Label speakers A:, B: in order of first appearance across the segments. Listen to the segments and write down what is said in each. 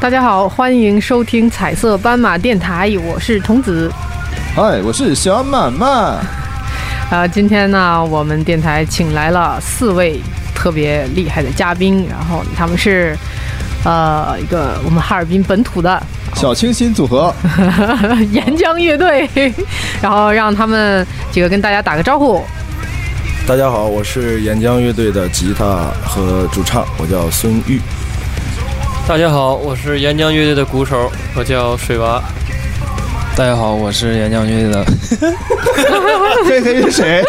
A: 大家好，欢迎收听彩色斑马电台，我是童子。
B: 嗨，我是小满满。
A: 啊、今天呢，我们电台请来了四位特别厉害的嘉宾，然后他们是，呃，一个我们哈尔滨本土的
B: 小清新组合，
A: 岩浆乐队， 然后让他们几个跟大家打个招呼。
C: 大家好，我是岩浆乐队的吉他和主唱，我叫孙玉。
D: 大家好，我是岩浆乐队的鼓手，我叫水娃。
E: 大家好，我是岩浆乐队的。
B: 嘿嘿是谁？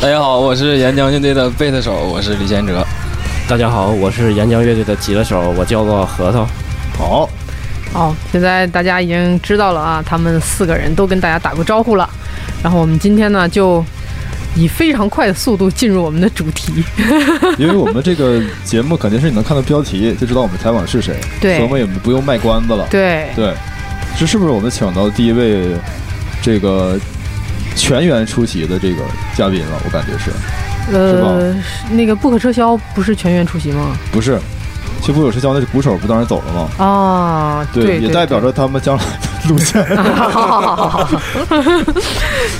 E: 大家好，我是岩浆乐队的贝斯手，我是李贤哲。
F: 大家好，我是岩浆乐队的吉他手，我叫做核桃。
B: 好，
A: 哦，现在大家已经知道了啊，他们四个人都跟大家打过招呼了。然后我们今天呢，就以非常快的速度进入我们的主题。
B: 因为我们这个节目肯定是你能看到标题就知道我们采访是谁，
A: 对
B: 所以我们也不用卖关子了。
A: 对，
B: 对，这是不是我们请到第一位这个全员出席的这个嘉宾了？我感觉是
A: 呃，是那个不可撤销不是全员出席吗？
B: 不是？去不有吃香那鼓手不当然走了吗？
A: 啊，对，
B: 也代表着他们将来的路 线。
A: 好好好好好好，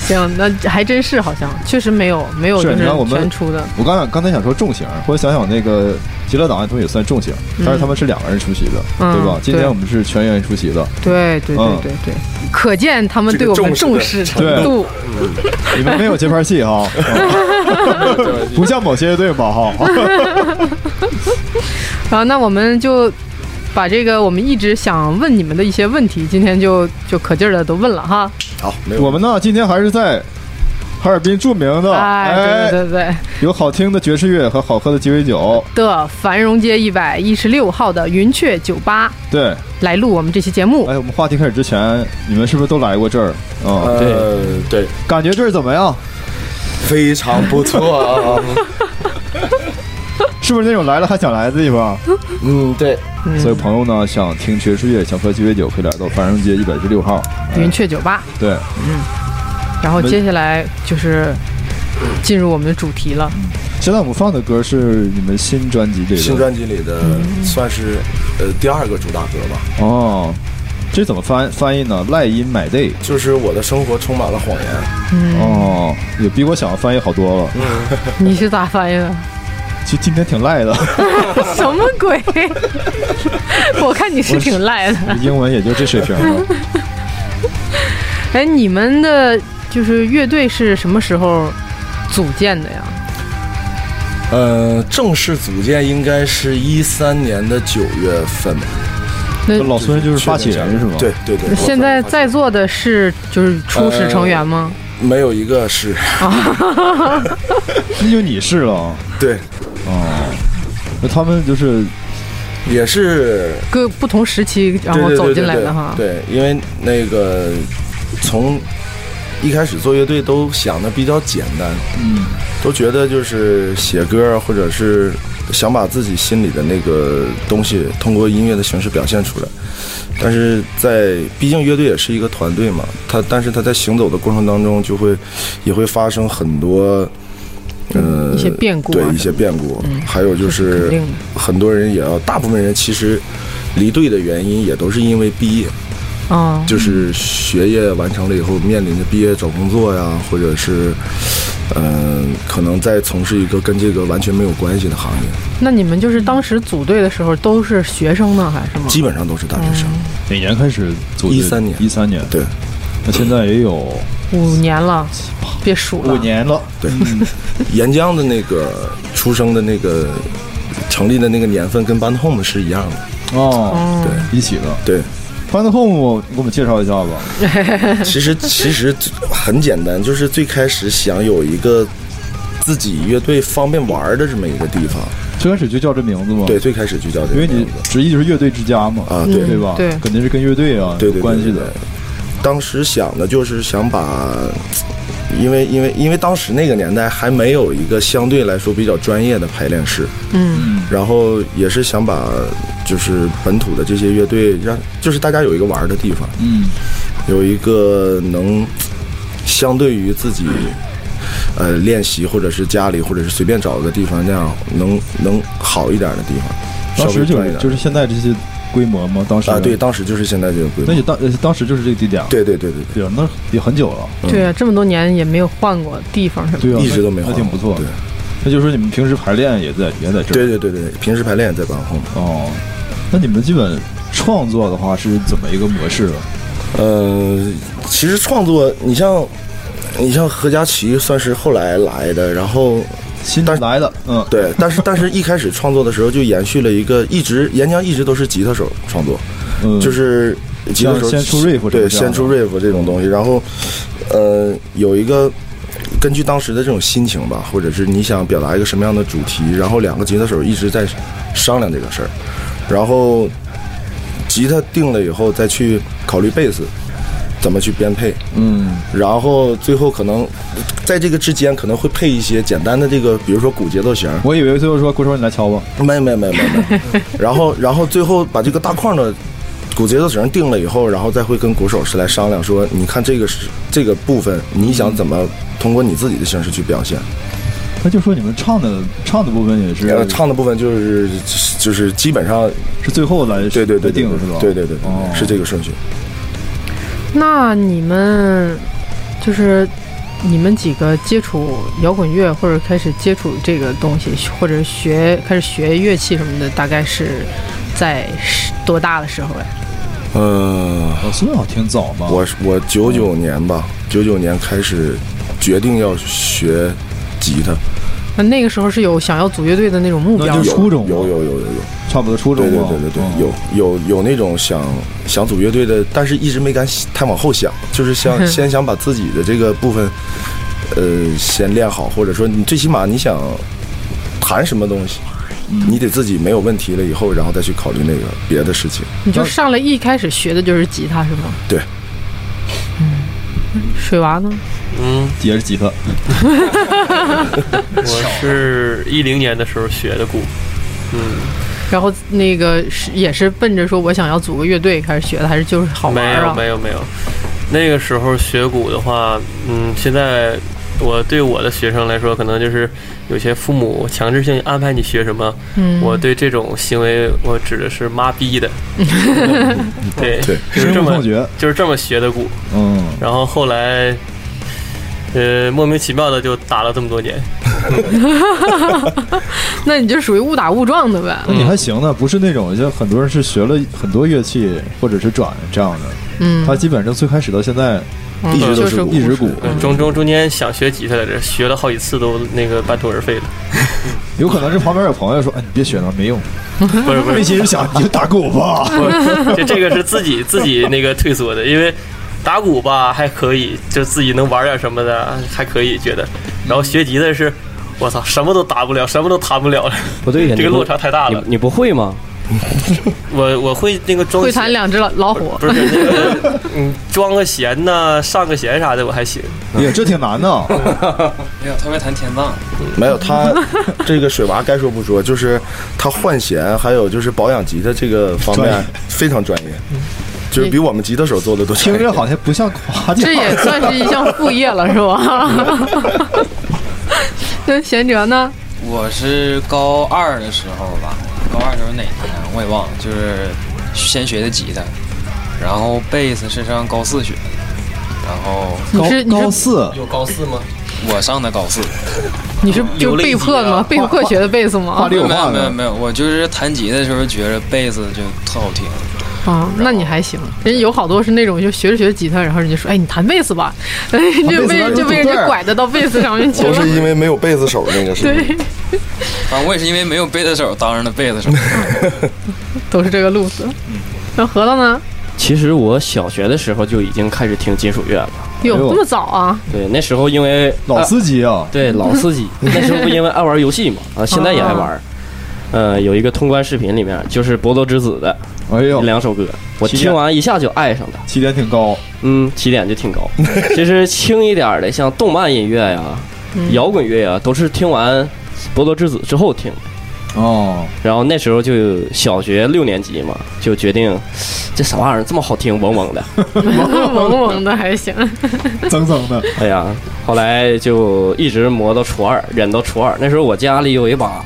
A: 行，那还真是好像确实没有没有
B: 是
A: 就
B: 你看我
A: 是
B: 们嗯
A: 全出的，
B: 我刚想刚才想说重型，或者想想那个极乐档啊案，他们也算重型，但是他们是两个人出席的，
A: 嗯
B: 对吧
A: 对？
B: 今天我们是全员出席的，
A: 对对对
B: 嗯
A: 对对，可见他们对我们重视程
B: 对
A: 度。
B: 你们没有节拍器 哈，啊不像某些乐队吧哈。
A: 啊，那我们就把这个我们一直想问你们的一些问题，今天就就可劲儿的都问了哈。
C: 好，没
B: 我们呢，今天还是在哈尔滨著名的
A: 哎，对对对
B: 有好听的爵士乐和好喝的鸡尾酒，
A: 对的，繁荣街一百一十六号的云雀酒吧
B: 对。
A: 来录我们这期节目。
B: 哎，我们话题开始之前，你们是不是都来过这儿？嗯，
C: 呃，对，
B: 感觉这儿怎么样？
C: 非常
F: 嗯
C: 不错 啊。
B: 是不是那种来了还想来的地方？
C: 嗯，对，
B: 所以朋友呢，想听爵士乐，想喝鸡尾酒，可以来到繁荣街一百十六号。
A: 云雀酒吧，
B: 对，
A: 然后接下来就是进入我们的主题了。
B: 现在我们放的歌是你们新专辑里的
C: 新专辑里的
B: 嗯
C: 算是呃第二个主打歌吧，
B: 哦，这怎么翻翻译呢？赖因买 day
C: 就是我的生活充满了谎言。
B: 哦，也比我想的翻译好多了。
C: 嗯
A: 你是咋翻译的？
B: 其实今天挺赖 的，
A: 什么 鬼？我看你是挺赖的。
B: 英文也就这水平了。
A: 哎，你们的就是乐队是什么时候组建的呀？
C: 呃，正式组建应该是一三年的九月份吧。
A: 那
B: 老孙就是发起人是吗？
C: 对，对对。
A: 那现在在座的是就是初始成员吗？
C: 没有一个是，
B: 那就你是了。
C: 对，
B: 哦，那他们就是
C: 也是
A: 各不同时期然后
C: 对对
A: 走
C: 对
A: 进来
C: 对
A: 的哈。
C: 对，因为那个从一开始做乐队都想的比较简单，嗯，都觉得就是写歌或者是想把自己心里的那个东西通过音乐的形式表现出来。但是在毕竟乐队也是一个团队嘛，他但是他在行走的过程当中就会也会发生很多。呃，
A: 一些变故啊
C: 对
A: 什么
C: 一些变故，还有就
A: 这是肯
C: 是
A: 定的
C: 很多人也要，大部分人其实离队的原因也都是因为毕业，
A: 嗯，
C: 就是学业完成了以后，面临着毕业找工作呀，或者是，嗯、可能在从事一个跟这个完全没有关系的行
B: 嗯
C: 业，
A: 那你们就是当时组队的时候都是学生呢，还是吗？
C: 基本上都是大学生。
B: 哪年开始组的？
C: 13年
B: 一三年。
C: 对，
B: 那现在也有
A: 五年了，别数了。
B: 五。年了。
C: 对，岩浆的那个出生的那个成立的那个年份跟 Band Home 是一样的。
B: 哦，
C: 对
B: 一起的。
C: 对，
B: Fun Home，你给我们介绍一下吧。
C: 其实其实很简单，就是最开始想有一个自己乐队方便玩儿的这么一个地方。
B: 最开始就叫这名字吗？
C: 对，，最开始就叫这
B: 嗯因
C: 个
B: 为
C: 名字。
B: 你直译就是乐队之家嘛。
C: 啊对
B: 对吧？
A: 对
B: 肯定是跟乐队啊
C: 对对
B: 有关系。
C: 对对
B: 的。
C: 对当时想的就是想把，因为因为因为当时那个年代还没有一个相对来说比较专业的排练室，
A: 嗯，
C: 然后也是想把就是本土的这些乐队让就是大家有一个玩儿的地方，
B: 嗯，
C: 有一个能相对于自己。呃，练习或者是家里，或者是随便找个地方，那样能能好一点的地方，
B: 当
C: 稍
B: 时
C: 微
B: 就
C: 专业
B: 是
C: 点
B: 就是现在这些规模吗？当时
C: 啊，对，，当时就是现在这个规
B: 那
C: 模
B: 就。当呃当时就是这个地点啊，
C: 对对对对
B: 对啊，那也很久了，
C: 嗯
A: 对啊，这么多年也没有换过地方什么的。
B: 对啊，
C: 对，一直
B: 那
C: 都没
B: 那
C: 换过。
B: 挺不错
C: 对。
B: 那就是说你们平时排练也在也在这儿，
C: 对对对对，对平时排练也在板红。
B: 哦，那你们基本创作的话是怎么一个模式啊？
C: 呃，其实创作，你像你像何佳琪算是后来来的，然后
B: 新
C: 但是
B: 来的，嗯，
C: 对，但是但是一开始创作的时候就延续了一个，一直岩浆一直都是吉他手创作，
B: 嗯
C: 就是吉他手
B: 像先出 riff 什么
C: 对，
B: 这样
C: 先出
B: 的
C: riff 这种东西，然后呃有一个。根据当时的这种心情吧，或者是你想表达一个什么样的主题，然后两个吉他手一直在商量这个事儿，然后吉他定了以后再去考虑贝斯怎么去编配，
B: 嗯，
C: 然后最后可能在这个之间可能会配一些简单的这个，比如说鼓节奏型儿，
B: 我以为最后说郭超你来敲吧，
C: 没没没没没，然后然后最后把这个大框的鼓节奏型定了以后，然后再会跟鼓手是来商量说，你看这个是这个部分，你想怎么通过你自己的形式去表现？
B: 那就说你们唱的唱的部分也是
C: 然后呃唱的部分就是就是基本上
B: 是最后来
C: 对对对
B: 来
C: 对
B: 定的
C: 对
B: 是吧？
C: 对对对
B: 哦，
C: 是这个顺序。
A: 那你们就是你们几个接触摇滚乐，或者开始接触这个东西，或者学开始学乐器什么的，大概是在是多大的时候呀？
C: 呃，
B: 哦，所以好挺早嘛，
C: 我是我九九年吧，九九年开始决定要学吉他，
A: 那那个时候是有想要组乐队的那种目标
B: 那
A: 吗
B: 就？初中吗
C: 有有有有有有。
B: 差不多初中
C: 对对
B: 嘛，
C: 对对对，
B: 嗯
C: 有有有那种想想组乐队的，但是一直没敢太往后想，就是想先想把自己的这个部分，呃，先练好，或者说你最起码你想弹什么东西，你得自己没有问题了以后，然后再去考虑那个别的事情。
A: 你就上来一开始学的就是吉他是吗？
C: 对。
A: 嗯，水娃呢？
D: 嗯，
B: 也是吉他，
D: 我是一零年的时候学的鼓，嗯，
A: 然后那个是也是奔着说我想要组个乐队开始学的，还是就是好玩
D: 没
A: 儿
D: 有
A: 啊？
D: 没有没有，那个时候学鼓的话，嗯，现在我对我的学生来说，可能就是有些父母强制性安排你学什么，
A: 嗯，
D: 我对这种行为，我指的是妈 逼的，对，
C: 对
D: 就是这
B: 深恶
D: 么
B: 痛绝，
D: 就是这么学的鼓，
B: 嗯，
D: 然后后来，呃，莫名其妙的就打了这么多年，
A: 那你就属于误打误撞的呗。
B: 那你还行呢，不是那种像很多人是学了很多乐器或者是转这样的，
A: 嗯，
B: 他基本上从最开始到现在
A: 嗯
C: 一直
A: 就
C: 都
A: 是
C: 是
A: 鼓
B: 一直鼓，嗯
D: 对呃中中中间想学吉他来着，学了好几次都那个半途而废了，
B: 有可能是旁边有朋友说，哎，你别学了，没用，
D: 不是不
B: 内
D: 是，
B: 心是想你就打鼓吧，
D: 不 这这个是自己自己那个退缩的，因为。打鼓吧还可以，就自己能玩点什么的还可以觉得，然后学吉他是，我操，什么都打不了，什么都弹不了了，
F: 不对呀，
D: 这个
F: 你不
D: 落差太大了
F: 你。你不会吗？
D: 我我会那个装
A: 会
D: 弦
A: 弹两只老老虎
D: 不，是那个，嗯，装个弦呐、上个弦啥的我还行。
B: 也这挺难 的，
E: 没有，他会弹天葬，
C: 没有他这个水娃该说不说，就是他换弦，还有就是保养吉他这个方
B: 专
C: 面
B: 业
C: 非常专业，就是比我们吉他手做的都专
B: 听
C: 业
B: 着好像不像夸奖
A: 这， 也算是一项副业了，是吧？ 那贤哲呢？
E: 我是高二的时候吧，高二时候哪年啊我也忘了，就是先学的吉他，然后贝斯是上高四学的，然后
A: 你是啊
B: 高
A: 你
B: 高
A: 是
B: 四，
D: 有高四吗？
E: 我上的高四，
A: 你是就
D: 流泪
A: 被
D: 级
A: 迫的
D: 啊
A: 吗？被迫学的贝斯
B: 画
A: 吗？
B: 六
E: 没有
B: 画
E: 没有
B: 呢，
E: 没有，我就是弹吉他的时候觉着贝斯就特好听，
A: 啊，那你还行。人有好多是那种就学着学着吉他，然后人家说，哎，你弹贝斯吧，哎，就
B: 贝斯那
A: 被
B: 就
A: 就被人
B: 对
A: 家
B: 儿
A: 拐的到贝斯上面去
C: 都
A: 了
C: 是。因为没有贝斯手那个是吗？
A: 对，
E: 反正我也是因为没有贝斯手当上的贝斯手，
A: 都是这个路子。那核桃呢？
F: 其实我小学的时候就已经开始听金属乐了。
A: 哟
B: 哎，呦
A: 这么早啊？
F: 对，那时候因为
B: 老
F: 啊
B: 司机啊，
F: 对老司机，那时候不因为爱玩游戏嘛，啊，现在也爱玩。呃，有一个通关视频里面就是《博斗之子》的
B: 哎呦，
F: 两首歌，我
B: 起点
F: 听完一下就爱上了。
B: 起点挺高，
F: 嗯，起点就挺 高。其实轻一点儿的，像动漫音乐呀、
A: 嗯
F: 摇滚乐呀，都是听完《博多之子》之后听。
B: 哦，
F: 然后那时候就小学六年级嘛，就决定这啥玩意儿这么好听，嗡嗡的。
A: 萌萌的还行。
B: 增 增的，
F: 哎呀，后来就一直磨到初二，忍到初二。那时候我家里有一把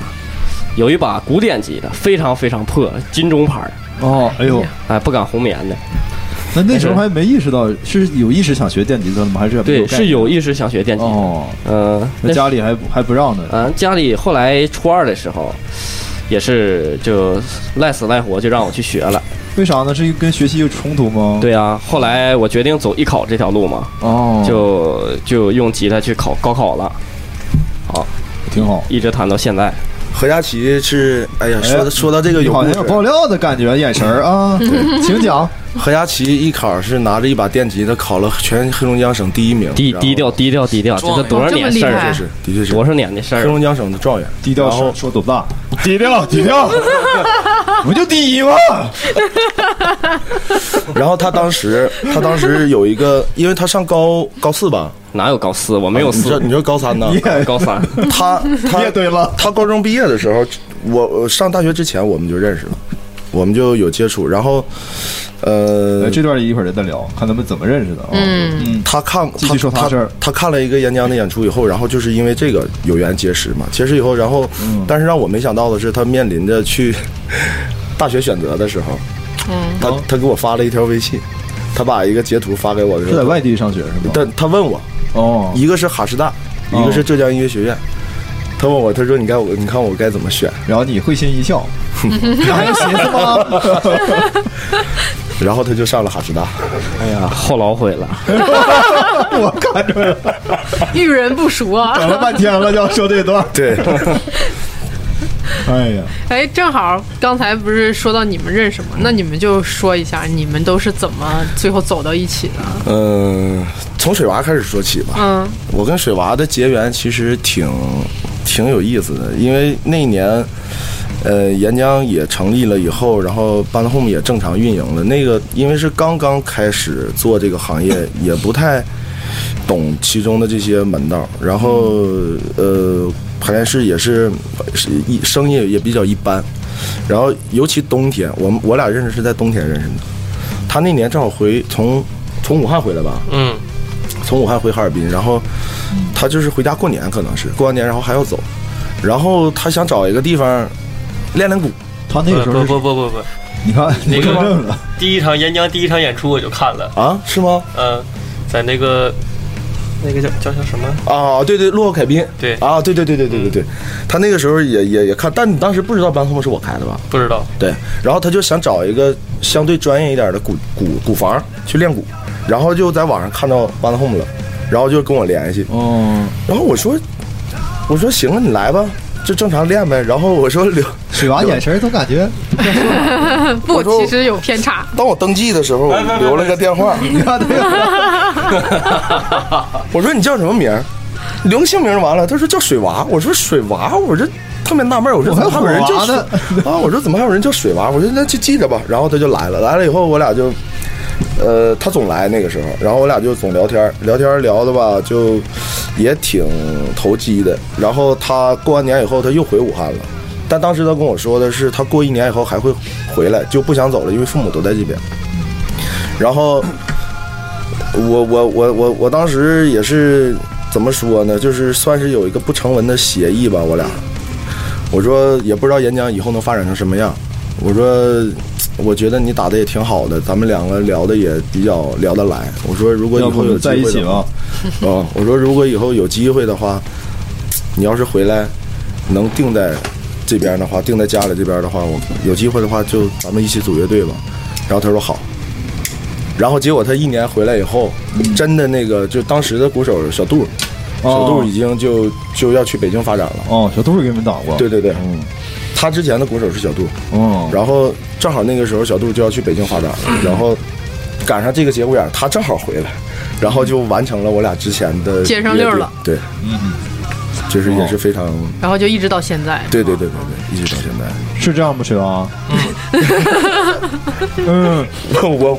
F: 有一把古典级的，非常非常破，金钟牌儿，
B: 哦，哎呦，
F: 哎，不敢红棉的。
B: 那那时候还没意识到是有意识想学电吉他的吗？还是
F: 对，是有
B: 意
F: 意识想学电吉他。
B: 哦，
F: 嗯，
B: 那
F: 但是
B: 家里还还不让呢。
F: 啊，家里后来初二的时候，也是就赖死赖活就让我去学了。
B: 为啥呢？是跟学习有冲突
C: 哦
B: 吗？，
F: 对啊，后来我决定走艺考这条路嘛，
B: 哦，
F: 就就用吉他去考高考了，
B: 挺好。
F: 一直弹到现在。
C: 何佳琪是，哎呀，
B: 哎
C: 说说到这个
B: 你
C: 有
B: 好
C: 故
B: 像
C: 事
B: 有。爆料的感觉，眼神儿啊，请讲。
C: 何佳琪艺考是拿着一把电吉他考了全黑龙江省第一名，
F: 低
C: 然后
F: 低调，低调低调，这都
E: 状元
F: 多少
A: 哦这么
F: 年事儿
A: 厉
F: 了
A: 害
C: 确？实，的确是
F: 多少年的事
C: 黑
F: 儿了？
C: 龙江省的状元。
B: 低调说说多大？低 调低调，不就第一吗？
C: 然后他 当时，他当时有一个，因为他上高高四吧，
F: 哪有高四？我没有
C: 啊你这
F: 四，啊
C: 你说高三呢
B: 你？也
F: 高三。
C: 他
B: 你也
C: 他
B: 对了。
C: 他高中毕业的时候，我我上大学之前我们就认识了，我们就有接触。然后，呃
B: 呃，，这段一会儿再聊，看他们怎么认识的啊。
A: 嗯
B: 嗯，
C: 他看
B: 继续说他
C: 他
B: 事儿
C: 他看了一个岩浆的演出以后，然后就是因为这个有缘结识嘛，结识以后，然后，
B: 嗯
C: 但是让我没想到的是，他面临着去大学选择的时候，
A: 嗯，
C: 他他给我发了一条微信，他把一个截图发给我，
B: 是在
C: 说，
B: 外地上学是吗？
C: 他他问我，
B: 哦，
C: 一个是哈师大，一个是浙江音乐学院。他问我，他说：“你该我，你看我该怎么选
B: 然后你会心一笑，那还用寻思吗？？”
C: 然后他就上了哈师大。
F: 哎呀，后老悔了。
B: 我看着了，
A: 遇人不熟 啊。
B: 等了半天了，要说这段。
C: 对，
B: 哎呀，
A: 哎，正好刚才不是说到你们认识吗？那你们就说一下，你们都是怎么最后走到一起的？
C: 嗯，从水娃开始说起吧。
A: 嗯
C: 我跟水娃的结缘其实挺挺有意思的，因为那一年，呃，岩浆也成立了以后，然后 b a n d Home 也正常运营了。那个因为是刚刚开始做这个行业，也不太懂其中的这些门道，然后呃，排练室也是是一生意也比较一般，然后尤其冬天，我们我俩认识是在冬天认识的，他那年正好回从从武汉回来吧，
D: 嗯，
C: 从武汉回哈尔滨，然后他就是回家过年，可能是过完年然后还要走，然后他想找一个地方练练鼓，
B: 他那个时
D: 呃不
B: 候是，
D: 不不不不，
B: 你看，
D: 那个
B: 说正了，
D: 第一场岩浆第一场演出我就看了，
C: 啊，是吗？
D: 嗯，在那个那个叫叫叫什么？
C: 啊，对对，洛克凯宾，
D: 对
C: 啊，对对对对对对对，他那个时候也也也看，但你当时不知道班他们是我开的吧？
D: 不知道，
C: 对，然后他就想找一个相对专业一点的鼓鼓鼓房去练鼓，然后就在网上看到 Band Home 了，然后就跟我联系，
B: 哦，
C: 然后我说，我说行啊，你来吧，就正常练呗。然后我说刘，
B: 水娃眼神儿总感觉
A: 不
C: 我，说
A: 其实有偏差。
C: 当我登记的时候，我留了个电话，
B: 你看那个，
C: 我说你叫什么名儿？留个姓名完了，他说叫水娃，我说水娃，我这特别纳闷儿，我说
B: 我
C: 怎
B: 还
C: 么还有人叫水
B: 火娃
C: 啊？我说怎么还有人叫水娃？我说那就记着吧。然后他就来了，来了以后我俩就，呃，他总来那个时候，然后我俩就总聊天儿，聊天儿聊的吧，就也挺投机的。然后他过完年以后，他又回武汉了。但当时他跟我说的是，他过一年以后还会回来，就不想走了，因为父母都在这边。然后我我我我我当时也是怎么说呢？就是算是有一个不成文的协议吧，我俩。我说也不知道岩浆以后能发展成什么样。我说，嗯我觉得你打的也挺好的，咱们两个聊的也比较聊得来。我说，如果以
B: 要不
C: 后
B: 我
C: 有
B: 们
C: 机
B: 在一
C: 会
B: 起
C: 的
B: 吧
C: 话，？啊，我说如果以后有机会的话，你要是回来能定在这边的话，定在家里这边的话，我有机会的话就咱们一起组乐队吧。然后他说好，然后结果他一年回来以后，真的那个就当时的鼓手小杜，小杜已经就就要去北京发展了。
B: 哦，小杜给你们打过，
C: 对对对，
B: 嗯，
C: 他之前的鼓手是小杜，
B: 哦，
C: 然后正好那个时候小杜就要去北京发展了，然后赶上这个节骨眼儿，他正好回来，然后就完成了我俩之前的
A: 接上溜儿了
C: 约定，对，就是也是非常，
A: 然后就一直到现在。
C: 对对对对对，一直到现在，
B: 是这样吗？水娃？ 嗯，
C: 我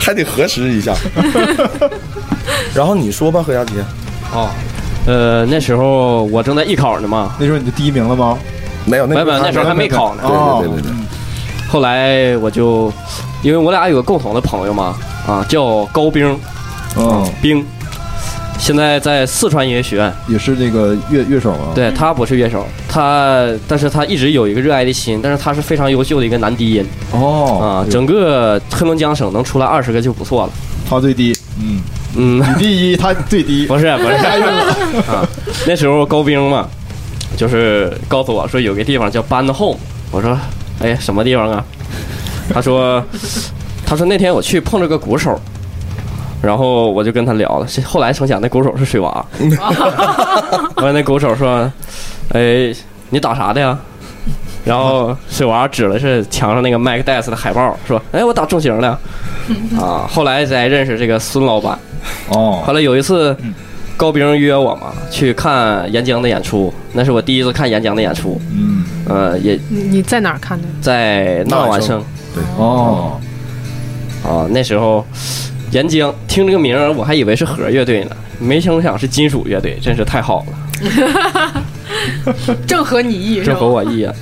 C: 还得核实 一下。然后你说吧，何佳琪，
E: 哦，
F: 呃，那时候我正在艺考呢嘛，
B: 那时候你就第一名了吗？
C: 没有，那
F: 没有那时候还没考呢
C: 对对
B: 哦
C: 对对对，
F: 后来我就，因为我俩有个共同的朋友嘛，啊，叫高冰
C: 哦
B: 嗯，
F: 冰，现在在四川音乐学院。
C: 哦
B: 也是那个乐乐手啊。，
F: 对他不是乐手，他，但是他一直有一个热爱的心，但是他是非常优秀的一个男低音
B: 哦
C: 哎
F: 啊，整个黑龙江省能出来二十个就不错了。
B: 他最低，嗯，
F: 嗯，
B: 你第一，他最低，
F: 不是不是啊，那时候高冰嘛，就是告诉我说有个地方叫 Band Home，我说哎什么地方啊？他说他说那天我去碰着个鼓手，然后我就跟他聊了，是后来成想那鼓手是水娃，完了那鼓手说，哎你打啥的呀？然后水娃指了是墙上那个 Mike d e s 的海报，说：“哎，我打重型的。”啊，后来才认识这个孙老板，
B: 哦
F: 后来有一次，高冰约我嘛去看岩浆的演出，那是我第一次看岩浆的演出，
B: 嗯
F: 呃，也
A: 你你在哪儿看的？
F: 在那晚上
B: 哦，
F: 啊，那时候岩浆听这个名儿我还以为是核乐队呢，没成想是金属乐队，真是太好了，
A: 正合你意，
F: 这合我 意啊！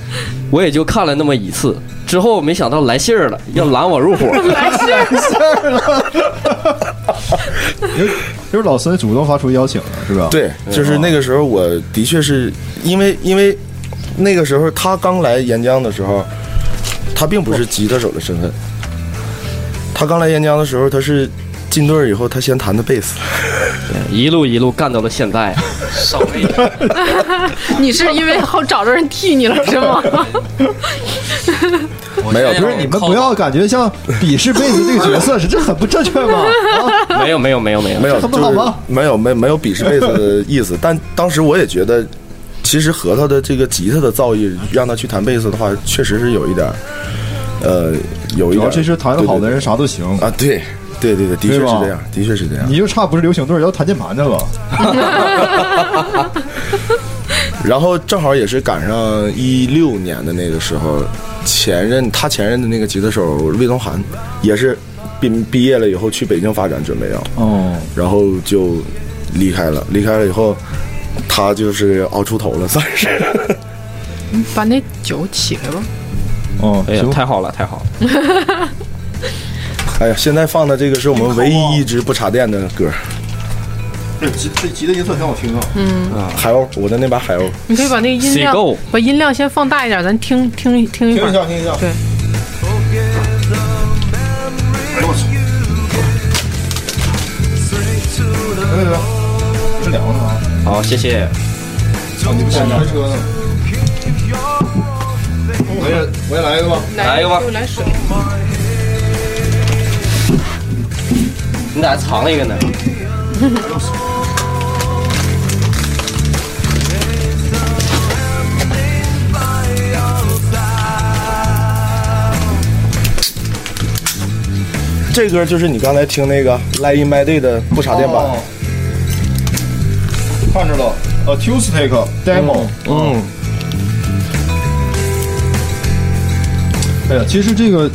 F: 我也就看了那么一次，之后没想到来信儿了，要拦我 入伙。
B: 就是老孙主动发出邀请了，是吧？，
C: 对，就是那个时候，我的确是因为因为那个时候他刚来岩浆的时候，他并不是吉他手的身份。他刚来岩浆的时候，他是进队儿以后，他先弹的贝斯。
F: 一路一路干到了现在，
E: 少了 一点，
A: 你是因为好找着人替你了是吗？
E: 我
C: 没有
E: 现
C: 不
E: 在
B: 不是你们不要感觉像鄙视贝斯这个角色是这很不正确 吗？啊，
F: 没有没有没有没有
C: 没有，
B: 这
C: 就
B: 不好
C: 是
B: 吗
C: 没有没没有鄙视贝斯的意思，但当时我也觉得，其实核桃的这个吉他的造诣，让他去弹贝斯的话，确实是有一点儿，呃，有一
B: 主
C: 点
B: 要
C: 儿。
B: 这是弹得好的人啥都行，
C: 对对对啊，对对对对，的
B: 对
C: 确
B: 吧
C: 是这样，的确是这样。
B: 你就差不是流行队要弹键盘去了。
C: 然后正好也是赶上一六年的那个时候，前任他前任的那个吉他手魏东涵，也是毕毕业了以后去北京发展，准备要，
B: 哦，
C: 然后就离开了。离开了以后，他就是熬出头了，算是。
A: 把那酒起来吧。
B: 哦，
F: 哎呀
B: 行，，
F: 太好了太好了，
C: 哎呀，现在放的这个是我们唯一一支不插电的歌，
B: 这吉这吉的音色挺好听啊。
C: 海鸥，我的那把海鸥。
A: 你可以把那个音量
F: 洗够，
A: 把音量先放大一点，咱听听听一会儿。
C: 听一下
A: 对，
B: 来来来，是凉的啊。
F: 好谢谢。
B: 啊，你不想开车呢？我也我也来一个吧。
F: 来一个吧
A: 又来水。
F: 你咋还藏了一个呢？
C: 这歌就是你刚才听那个《Lie in My Day》的不插电版。
B: 哦看着了，呃，Tuesday demo，
C: 嗯，
B: 哎呀，其实这个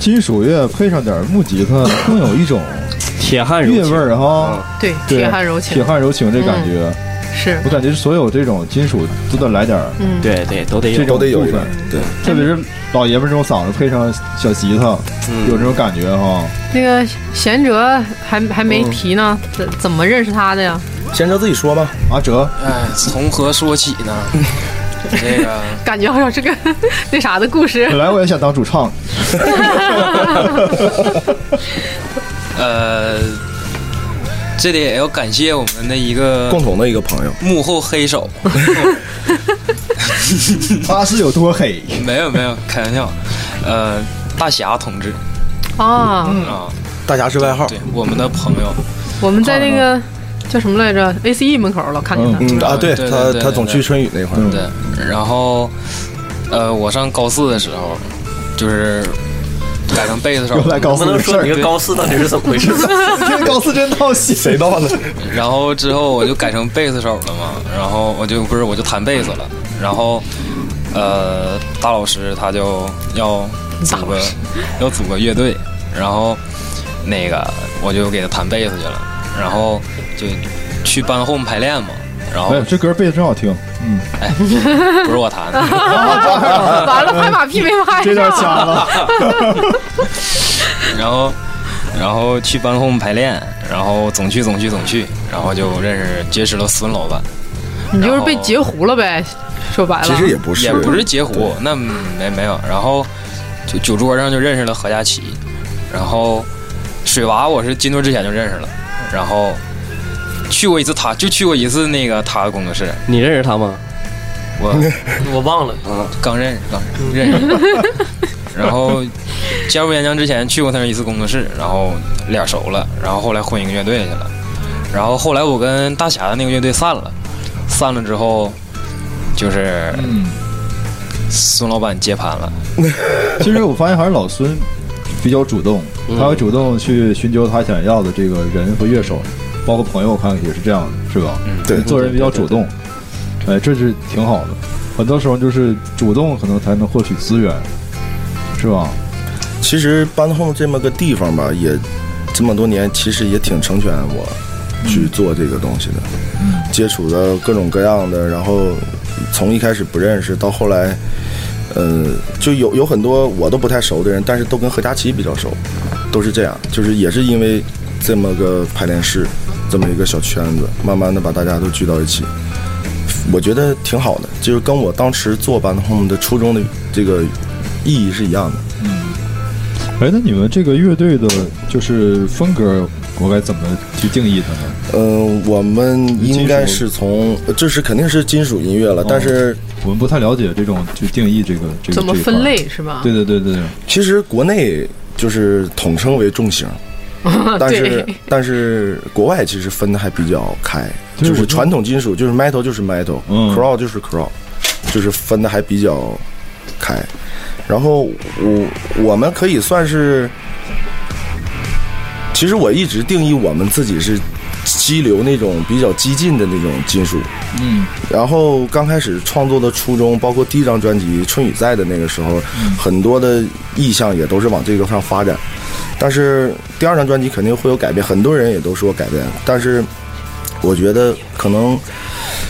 B: 金属乐配上点木吉 他，更有一种
F: 铁汉柔
B: 韵
F: 情
B: 味儿哈。
A: 对，
B: 对
A: 铁汉柔
B: 铁
A: 情
B: 汉柔情这感觉，
A: 是
B: 我感觉所有这种金属都得来点儿
F: 对对，都得有
B: 这
C: 都
B: 种
C: 得有一
B: 部
C: 点
B: 分，。
C: 对，
B: 特别是老爷们儿这种嗓子配上小吉他，
C: 嗯
B: 有这种感觉哈。
A: 那个贤哲还还没提呢，怎怎么认识他的呀？
C: 先哲自己说吧。
B: 阿哲，
E: 哎，从何说起呢？这个
A: 感觉好像是个 那啥的故事。
B: 本来我也想当主 唱，
E: 呃，这里也要感谢我们的一个
C: 共同的一个朋友，
E: 幕后黑手，
B: 他是有多黑？
E: 没有没有，开玩笑，呃，大侠同志
A: 啊，
E: 啊，
C: 大侠是外号。
E: 对，我们的朋友，
A: 我们在那个叫什么来着？A C E 门口老看见他。
C: 嗯啊，对
E: 对对
C: 他
E: 对
C: 他
E: 对
C: 总
E: 对嗯
C: 去春雨那块儿。
E: 对，然后，呃，我上高四的时候，就是改成贝斯手
B: 又，来高
D: 能不
B: 四
D: 能
B: 的事
D: 说
B: 儿
D: 你，个高四到底是怎么 回事？
B: 听高四真闹心。
C: 谁到了？
E: 然后之后我就改成贝斯手了嘛，然后我就不是我就弹贝斯了，然后，呃，大老师他就要组个要组个乐队，然后那个我就给他弹贝斯去了，然后就去班 home 排练嘛，然后
B: 哎，这歌背的真好听，
E: 不是我弹的。
A: 啊完了，拍马屁没拍
B: 这段
A: 上。
B: 掐了。
E: 然后，然后去班 home 排练，然后总去总去总去，然后就认识结识了孙老板。
A: 你就是被截胡了呗，说白了，
C: 其实也不是，
E: 也不是截胡，那没没有。然后就酒桌上就认识了何佳琪，然后水娃我是进队之前就认识了，然后去过一次他，就去过一次那个他的工作室，
F: 你认识他吗？
E: 我
D: 我忘了，
E: 刚认识，刚认识。然后加入岩浆之前去过他一次工作室，然后脸熟了，然后后来混一个乐队去了，然后后来我跟大侠的那个乐队散了，散了之后就是
B: 嗯，
E: 孙老板接盘了，
B: 其实我发现还是老孙比较主动，
F: 嗯
B: 他会主动去寻求他想要的这个人和乐手，包括朋友，我看也是这样的，是吧？
E: 嗯，
C: 对
B: 做人比较主动，哎，这是挺好的。很多时候就是主动，可能才能获取资源，是吧？
C: 其实班后这么个地方吧，也这么多年，其实也挺成全我去做这个东西的，接触的各种各样的，然后从一开始不认识到后来，呃，就有有很多我都不太熟的人，但是都跟何佳琪比较熟，都是这样，就是也是因为这么个排练室，这么一个小圈子，慢慢的把大家都聚到一起。我觉得挺好的，就是跟我当时做班 home 的初衷的这个意义是一样的。
B: 哎，那你们这个乐队的就是风格，我该怎么去定义它呢？
C: 嗯，我们应该是从，呃这是肯定是金属音乐了，
B: 哦
C: 但是
B: 我们不太了解这种去定义这个这个
A: 怎么
B: 这一块
A: 分类啊是吧？
B: 对对对对对，
C: 其实国内就是统称为重 型，但是
A: 对
C: 但是国外其实分的还比较开，
B: 就是
C: 就
B: 我觉
C: 是
B: 得
C: 传统金属就是 metal 就是 metal，
B: 嗯
C: crawl 就是 crawl，就是分的还比较开。然后我我们可以算是，其实我一直定义我们自己是激流那种比较激进的那种金属，
B: 嗯
C: 然后刚开始创作的初衷，包括第一张专辑《春雨在》的那个时候，
B: 嗯
C: 很多的意向也都是往这个上发展。但是第二张专辑肯定会有改变，很多人也都说改变。但是我觉得可能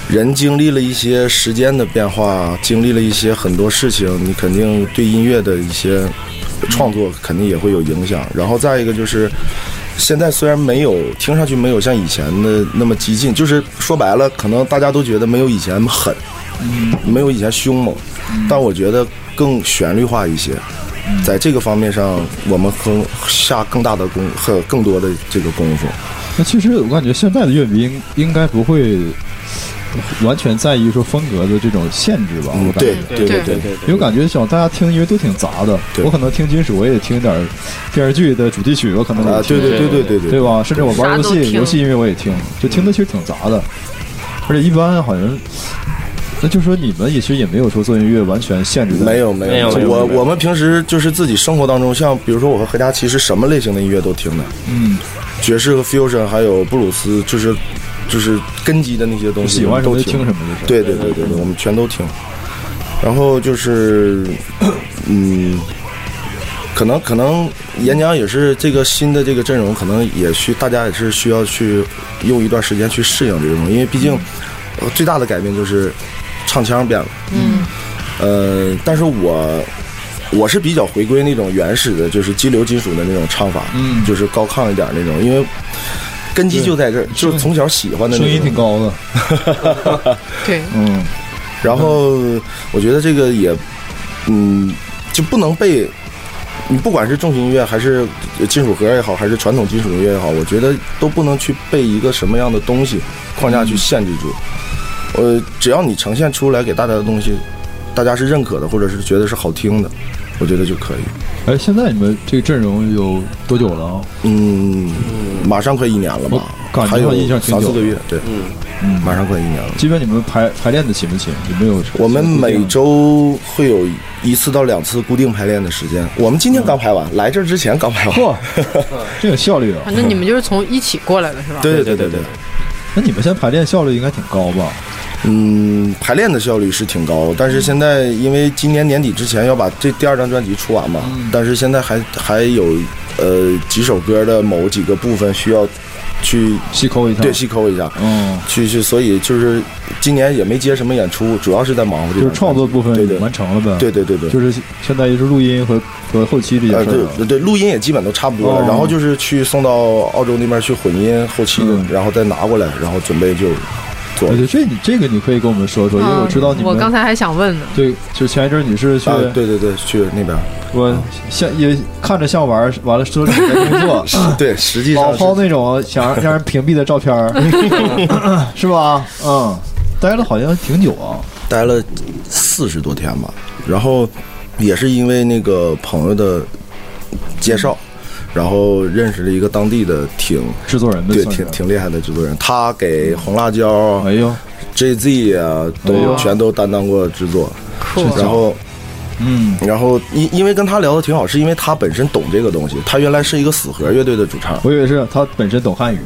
C: 人经历了一些时间的变化，经历了一些很多事情，你肯定对音乐的一些创作肯定也会有影响。然后再一个就是。现在虽然没有听上去没有像以前的那么激进，就是说白了，可能大家都觉得没有以前狠，没有以前凶猛，但我觉得更旋律化一些。在这个方面上，我们更下更大的功和更多的这个功夫。
B: 那其实我感觉现在的乐迷应应该不会完全在意说风格的这种限制吧？
C: 嗯
B: 我，感
C: 对
B: 觉。
C: 对
A: 对
C: 对，
F: 对
B: 因为我感觉像大家听音乐都挺杂的，
C: 对
B: 我可能听金属，我也听点儿电视剧的主题曲，我可能
C: 啊，
B: 也听
C: 对，对对对对对
B: 对吧？甚至我玩游
A: 啥都
B: 戏，
A: 听
B: 游戏音乐我也听，就听的其实挺杂的，而且一般好像，那就说你们也其实也没有说做音乐完全限制的，
C: 没有没
F: 没有
C: 有，
F: 没有
C: 我
F: 没有
C: 我们平时就是自己生活当中，像比如说我和何佳琪是什么类型的音乐都听的，
B: 嗯，
C: 爵士和 fusion 还有布鲁斯，就是就是根基的那些东西，
B: 喜欢什
C: 都
B: 么就听什么嗯就是。
C: 对对对对对，我们全都听。然后就是，嗯，可能可能岩浆也是这个新的这个阵容，可能也需大家也是需要去用一段时间去适应这个东西，因为毕竟、呃最大的改变就是唱腔变了。
A: 嗯，
C: 呃，但是我我是比较回归那种原始的，就是激流金属的那种唱法，
B: 嗯
C: 就是高亢一点那种，因为根基就在这儿，就是从小喜欢的
B: 声
C: 那种。
B: 音挺高的，
A: 对，
B: 嗯，
C: 然后我觉得这个也，嗯，就不能被你不管是重型音乐还是金属盒也好，还是传统金属音乐也好，我觉得都不能去被一个什么样的东西框架去限制住。呃，只要你呈现出来给大家的东西，大家是认可的，或者是觉得是好听的，我觉得就可以。
B: 哎，现在你们这个阵容有多久了啊？
C: 嗯，马上快一年了吧
B: 我感？觉
C: 还有
B: 印象挺
C: 三四
B: 久
C: 个
B: 的
C: 月，对，
B: 嗯
C: 马上快一年了。
B: 基本你们排排练的勤不勤？有没有什么
C: 我们
B: 固定
C: 每
B: 的
C: 周会有一次到两次固定排练的时间。我们今天刚排完，
B: 嗯
C: 来这儿之前刚排完。
B: 哇，这有效率啊！
A: 反正你们就是从一起过来的是吧？
C: 对对对对，
B: 那你们现在排练效率应该挺高吧？
C: 嗯，排练的效率是挺高，但是现在因为今年年底之前要把这第二张专辑出完嘛，
B: 嗯
C: 但是现在还还有呃几首歌的某几个部分需要去
B: 细抠一下，
C: 对细抠一下，
B: 嗯，
C: 去去，所以就是今年也没接什么演出，主要是在忙活这
B: 就
C: 个
B: 是创作部分
C: 嗯对
B: 已
C: 对
B: 经完成了呗。
C: 对对对对，
B: 就是现在就是录音和和后期这
C: 呃，
B: 些事儿啊
C: 对
B: 了。
C: 对对，录音也基本都差不多了，
B: 哦
C: 然后就是去送到澳洲那边去混音后期的，
B: 嗯
C: 然后再拿过来，然后准备就做
B: 对对，这你这个你可以跟我们说说，因为我知道你
A: 啊我
B: 们
A: 刚才还想问呢，
B: 对，就前一阵你是去
C: 啊，对对对，去那边，
B: 我像也看着像玩儿，完了说你在工 作，
C: 对，实际
B: 老
C: 上是
B: 抛那种想让人屏蔽的照片儿， 是吧？嗯，待了好像挺久啊。
C: 待了四十多天吧，然后也是因为那个朋友的介绍，然后认识了一个当地的挺
B: 制作人们
C: 对
B: 算是啊
C: 挺挺厉害的制作人，他给红辣椒
B: 哎、呦，
C: JZ 啊
B: 哎
C: 都
B: 呦
C: 全都担当过制作，
A: 酷
B: 是
C: 然后
B: 嗯，
C: 然后因因为跟他聊的挺好，是因为他本身懂这个东西，他原来是一个死核乐队的主唱，
B: 我以为是他本身懂汉语，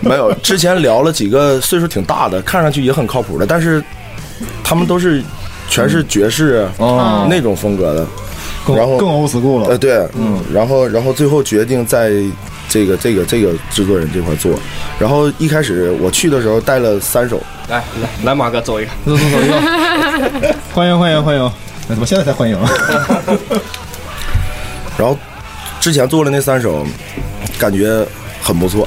C: 没有，之前聊了几个岁数挺大的，看上去也很靠谱的，但是他们都是全是爵士
B: 哦
C: 那种风格的，
B: 更
C: 然后
B: 更 old school
C: 呃，
B: 了。
C: 对，嗯，然后然后最后决定在这个这个这个制作人这块做，然后一开始我去的时候带了三首，
F: 来来来，马哥走一个，
B: 走走走走， 欢迎欢迎欢迎！哎怎么现在才欢迎？
C: 然后之前做了那三首，感觉很不错，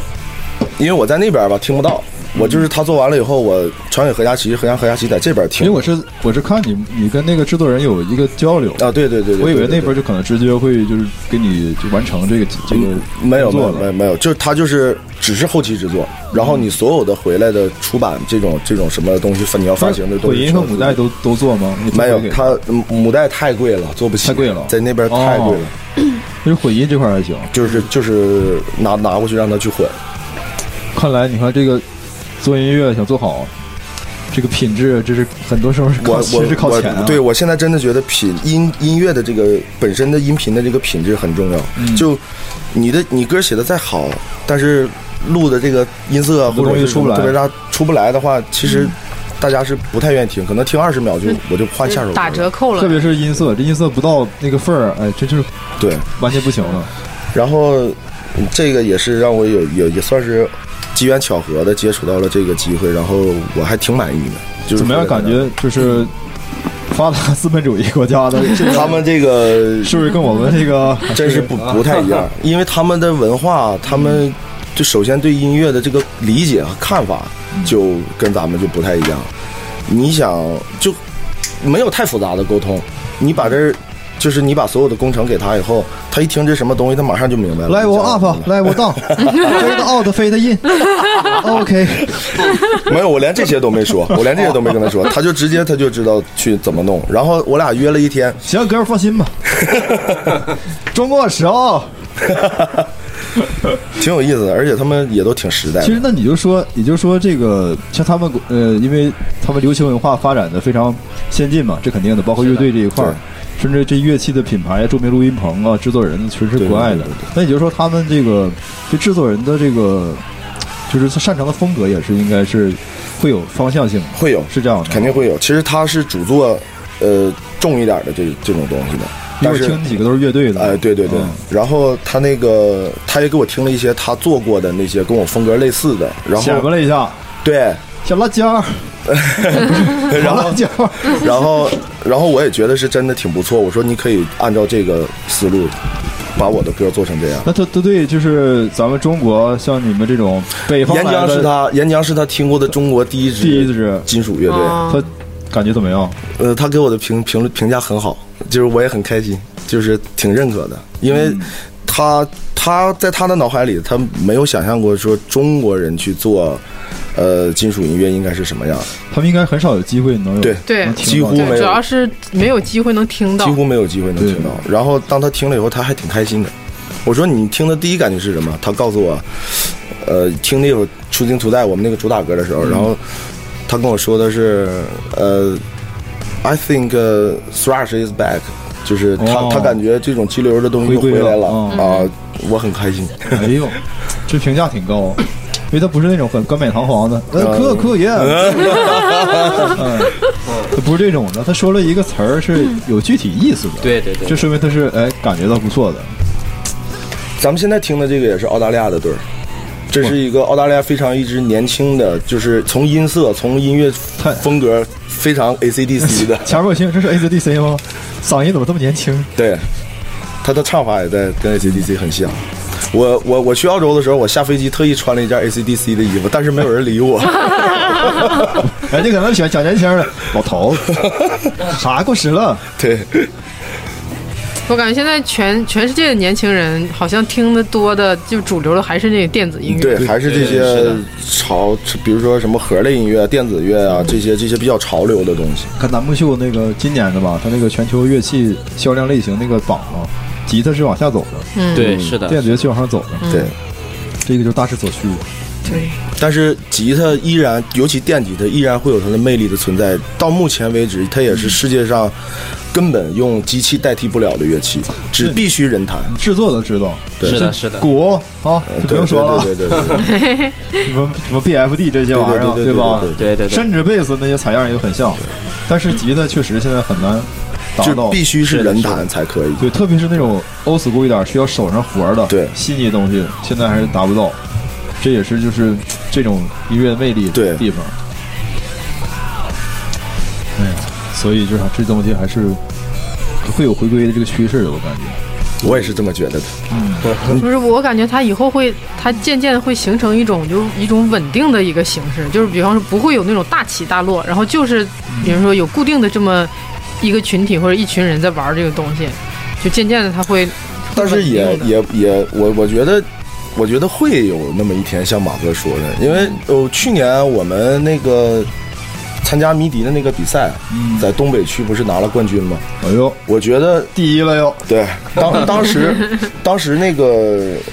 C: 因为我在那边吧听不到，我就是他做完了以后，我传给何佳琪，何佳何佳琪在这边
B: 因
C: 听
B: 为，我是我是看你你跟那个制作人有一个交流，
C: 啊，对对对对，
B: 我以为
C: 对对
B: 那边就可能直接会就是给你就完成这个这个
C: 嗯没有没
B: 工作
C: 有
B: 了
C: 没有没有，就是他就是只是后期制作，然后你所有的回来的出版这种这种什么东西，你要发行的都
B: 混
C: 是
B: 音和母带都都做吗？你
C: 没有
B: 做给，
C: 他嗯母带太贵了，做不起，
B: 太贵了
C: 在那边太贵了
B: 哦，就是混音这块还行。
C: 就是就是拿拿过去让他去混，
B: 看来你看这个做音乐想做好，这个品质，这是很多时候是
C: 我
B: 靠其实是
C: 我
B: 靠
C: 我
B: 钱啊。
C: 对我现在真的觉得品音音乐的这个本身的音频的这个品质很重要，
B: 嗯
C: 就你的你歌写的再好，但是录的这个音色啊
B: 不
C: 或者
B: 容易
C: 是
B: 出不来嗯
C: 特别大出不来的话，其实大家是不太愿意听，可能听二十秒就我就换下首歌
A: 嗯打折扣
B: 特
A: 了，
B: 别是音色，这音色不到那个份儿，哎，这就是
C: 对，
B: 完全不行了。
C: 然后嗯这个也是让我有有也算是机缘巧合的接触到了这个机会，然后我还挺满意的，就是
B: 怎么样？
C: 回来
B: 感觉
C: 了
B: 就是发达 资本主义国家 的，这个
C: 他们 这个
B: 是不是跟我们这个
C: 真是不不太一样，因为他们的文化，他们就首先对音乐的这个理解和看法，就跟咱们就不太一样。你想就没有太复杂的沟通，你把这儿就是你把所有的工程给他以后，他一听这什么东西，他马上就明白了。
B: level
C: 你知道
B: up 啊
C: 吗
B: level down，fade out fade in，OK，
C: 没有，我连这些都没说，我连这些都没跟他说，他就直接他就知道去怎么弄。然后我俩约了一天，
B: 行，哥们儿放 心吧，中国时候。
C: 挺有意思的，而且他们也都挺实在
B: 其实
C: 的。
B: 那你就说，也就是说，这个像他们国呃，因为他们流行文化发展的非常先进嘛，这肯定的，包括乐队这一块儿，甚至这乐器的品牌、著名录音棚啊、制作人全是
C: 对
B: 国外的
C: 对对对。
B: 那也就是说，他们这个对制作人的这个就是他擅长的风格也是应该是会有方向性的，
C: 会有
B: 是这样的，
C: 肯定。会有。其实他是主做，呃，重一点的这这种东西的，
B: 因
C: 但
B: 为我
C: 是
B: 听几个都是乐队的，
C: 哎，对对对
B: 嗯。
C: 然后他那个，他也给我听了一些他做过的那些跟我风格类似的，然
B: 显摆
C: 后
B: 了一下，
C: 对，
B: 小辣椒儿，
C: 然
B: 小
C: 后
B: 辣椒儿，
C: 然后然后我也觉得是真的挺不错。我说你可以按照这个思路，把我的歌做成这样。
B: 那他他对就是咱们中国像你们这种北方
C: 岩
B: 来
C: 浆是
B: 的
C: 他，岩浆是他听过的中国第一支
B: 第一支
C: 金属乐队。
A: 啊
B: 他感觉怎么样？
C: 呃，他给我的评评评价很好，就是我也很开心，就是挺认可的，因为他、他在他的脑海里，他没有想象过说中国人去做。呃，金属音乐应该是什么样？
B: 他们应该很少有机会能有
C: 对
A: 对
B: 能听到
C: 几乎没
A: 对，
C: 有
A: 主要是没有机会能听到
C: 几，乎没有机会能听到。然后当他听了以后，他还挺开心的。我说你听的第一感觉是什么？他告诉我，呃，听那首《出京图带》我们那个主打歌的时候，
B: 嗯
C: 然后他跟我说的是，呃，I think、呃 thrash is back，就是他、
B: 哦
C: 他感觉这种激流的东西
B: 回
C: 又
B: 归
C: 回来
B: 了
C: 了
B: 嗯
C: 啊、我很开心。
B: 哎呦，这评价挺高，因为他不是那种很冠冕堂皇的，呃，可 可耶，嗯他不是这种的，他说了一个词儿是有具体意思的，，
F: 对对对
B: 这，说明他是哎感觉到不错的，
C: 咱们现在听的这个也是澳大利亚的队儿，这是一个澳大利亚非常一支年轻的，就是从音色、从音乐
B: 太。
C: 风格非常 ACDC 的
B: 前面我听这是 A C D C 吗？嗓音怎么这么年轻？
C: 对，他的唱法也在跟 ACDC 很像。我我我去澳洲的时候，我下飞机特意穿了一件 ACDC 的衣服，但是没有人理我。
B: 人哎家可能喜欢小年轻的老头子， 啥过时了？
C: 对，
A: 我感觉现在全全世界的年轻人好像听的多的，就主流的还是那个电子音乐。
C: 对，还是这
E: 对是
C: 些
E: 的
C: 潮，比如说什么盒类音乐、电子乐啊，这些这些比较潮流的东西。
B: 看南木秀那个今年的吧，他那个全球乐器销量类型那个榜啊，吉他是往下走的，
F: 嗯对，是的，
B: 电子乐器往上走的，
C: 嗯对，
B: 这个就是大势所趋。
A: 对，
C: 但是吉他依然，尤其电吉他依然会有它的魅力的存在。到目前为止，它也是世界上根本用机器代替不了的乐器，只必须人弹。
B: 制作都知道，
C: 对
F: 是的，是的，
B: 鼓啊，就不
C: 呃对
B: 用说了，
C: 对对对对对
B: 什么什么 BFD 这些玩意儿，
C: 对对对对
B: 吧？
C: 对
F: 对对对，
B: 甚至贝斯那些采样也很像，但是吉他确实现在很难达
C: 对，就
B: 到
C: 必。须是人弹才可以。
B: 对，特别是那种 old school 一点需要手上活儿的、
C: 对
B: 细腻的东西，现在还是达不到。这也是就是这种音乐魅力的
C: 对
B: 地方。哎呀，所以就是这东西还是会有回归的这个趋势的，我感觉。
C: 我也是这么觉得的。
A: 不是，我感觉它以后会，它渐渐会形成一种就是一种稳定的一个形式，就是比方说不会有那种大起大落，然后就是比如说有固定的这么一个群体或者一群人在玩这个东西，就渐渐的它会，
C: 但是也
A: 稳定的
C: 也也，我我觉得，我觉得会有那么一天，像马哥说的，因为呃，去年我们那个参加迷笛的那个比赛，在东北区不是拿了冠军吗？
B: 哎呦，
C: 我觉得
B: 第一了又，
C: 对，当当时当时那个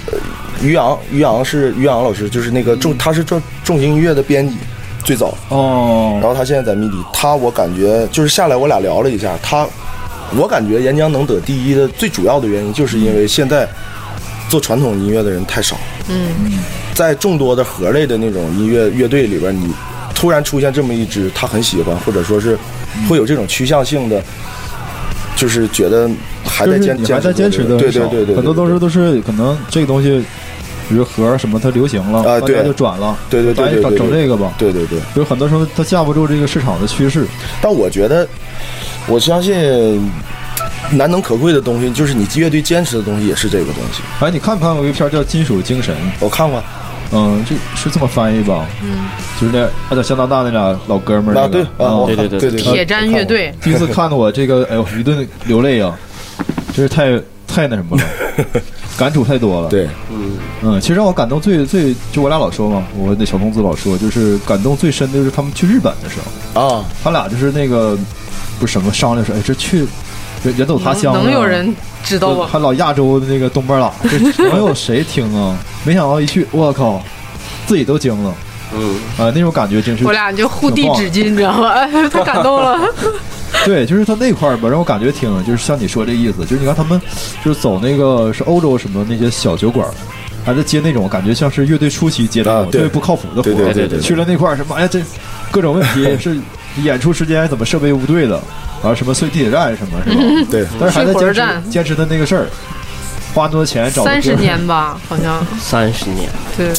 C: 呃于洋，于洋是于洋老师，就是那个重，
B: 嗯
C: 他是重重型音乐的编辑，最早，然
B: 哦，
C: 后他现在在迷笛，他我感觉就是下来我俩聊了一下，他我感觉岩浆能得第一的最主要的原因，就是因为
B: 嗯
C: 现在做传统音乐的人太少，
A: 嗯，
C: 在众多的盒类的那种音乐乐队里边，你突然出现这么一支，他很喜欢，或者说是
B: 嗯
C: 会有这种趋向性的，就是觉得还
B: 就
C: 在
B: 是
C: 坚
B: 你还在坚
C: 坚
B: 持
C: 持
B: 的
C: 做
B: 很
C: 这个
B: 少，
C: 对对对对，
B: 很多都是都是可能这个东西，比如盒儿什么它流行了，
C: 啊
B: 大
C: 对
B: 家就转了，
C: 对对对
B: 咱
C: 对
B: 也
C: 对
B: 整整这个吧。
C: 对对对。
B: 有很多时候它架不住这个市场的趋势，
C: 但我觉得，我相信难能可贵的东西，就是你乐队坚持的东西，也是这个东西。
B: 哎，你看没看过一个片儿叫《金属精神》？
C: 我看过，啊
B: 嗯，就是这么翻译吧？嗯，就是那啊，在加拿大那俩老哥们儿、那
C: 啊
B: 个
C: 对啊，我
B: 嗯
C: 看
F: 对对对
C: 对
A: 铁
C: 对，
A: 砧乐队，
B: 第一次看的我这个，哎呦，一顿流泪啊，真是太太那什 么了，感触太多了。，
C: 对，
B: 嗯，其实让我感动最最，就我俩老说嘛，我那小公子老说，就是感动最深的就是他们去日本的时候，
C: 啊，
B: 他俩就是那个不是什么商量说，哎，这去人人走他乡啊了，
A: 能有人知道
B: 就
A: 我？
B: 还老亚洲的那个东 边儿喇，这能有谁听啊？没想到一去，我靠，自己都惊了。
F: 嗯，
B: 啊，那种感觉真是
A: 我，俩就互递
B: 挺棒
A: 纸巾，你知道吧？哎， 太感动 了。
B: 对，就是他那块儿吧，让我感觉挺，就是像你说这意思，就是你看他们，就是走那个是欧洲什么那些小酒馆儿，还在接那种感觉像是乐队初期接的那
C: 啊
B: 种特
C: 对
B: 别不靠谱的活儿，
C: 对
F: 对
C: 对
F: 对对
B: 去了那块儿什么，哎呀，这各种问 题是演出时间怎么设备不对了，啊，什么睡地铁站什么是 吧？
C: 对，
B: 但是还在
A: 睡火车
B: 坚
A: 站
B: 持坚持他那个事儿，花那么多钱找的
A: 三十
B: 歌儿
A: 年吧，好像
F: 三十年，
A: 对，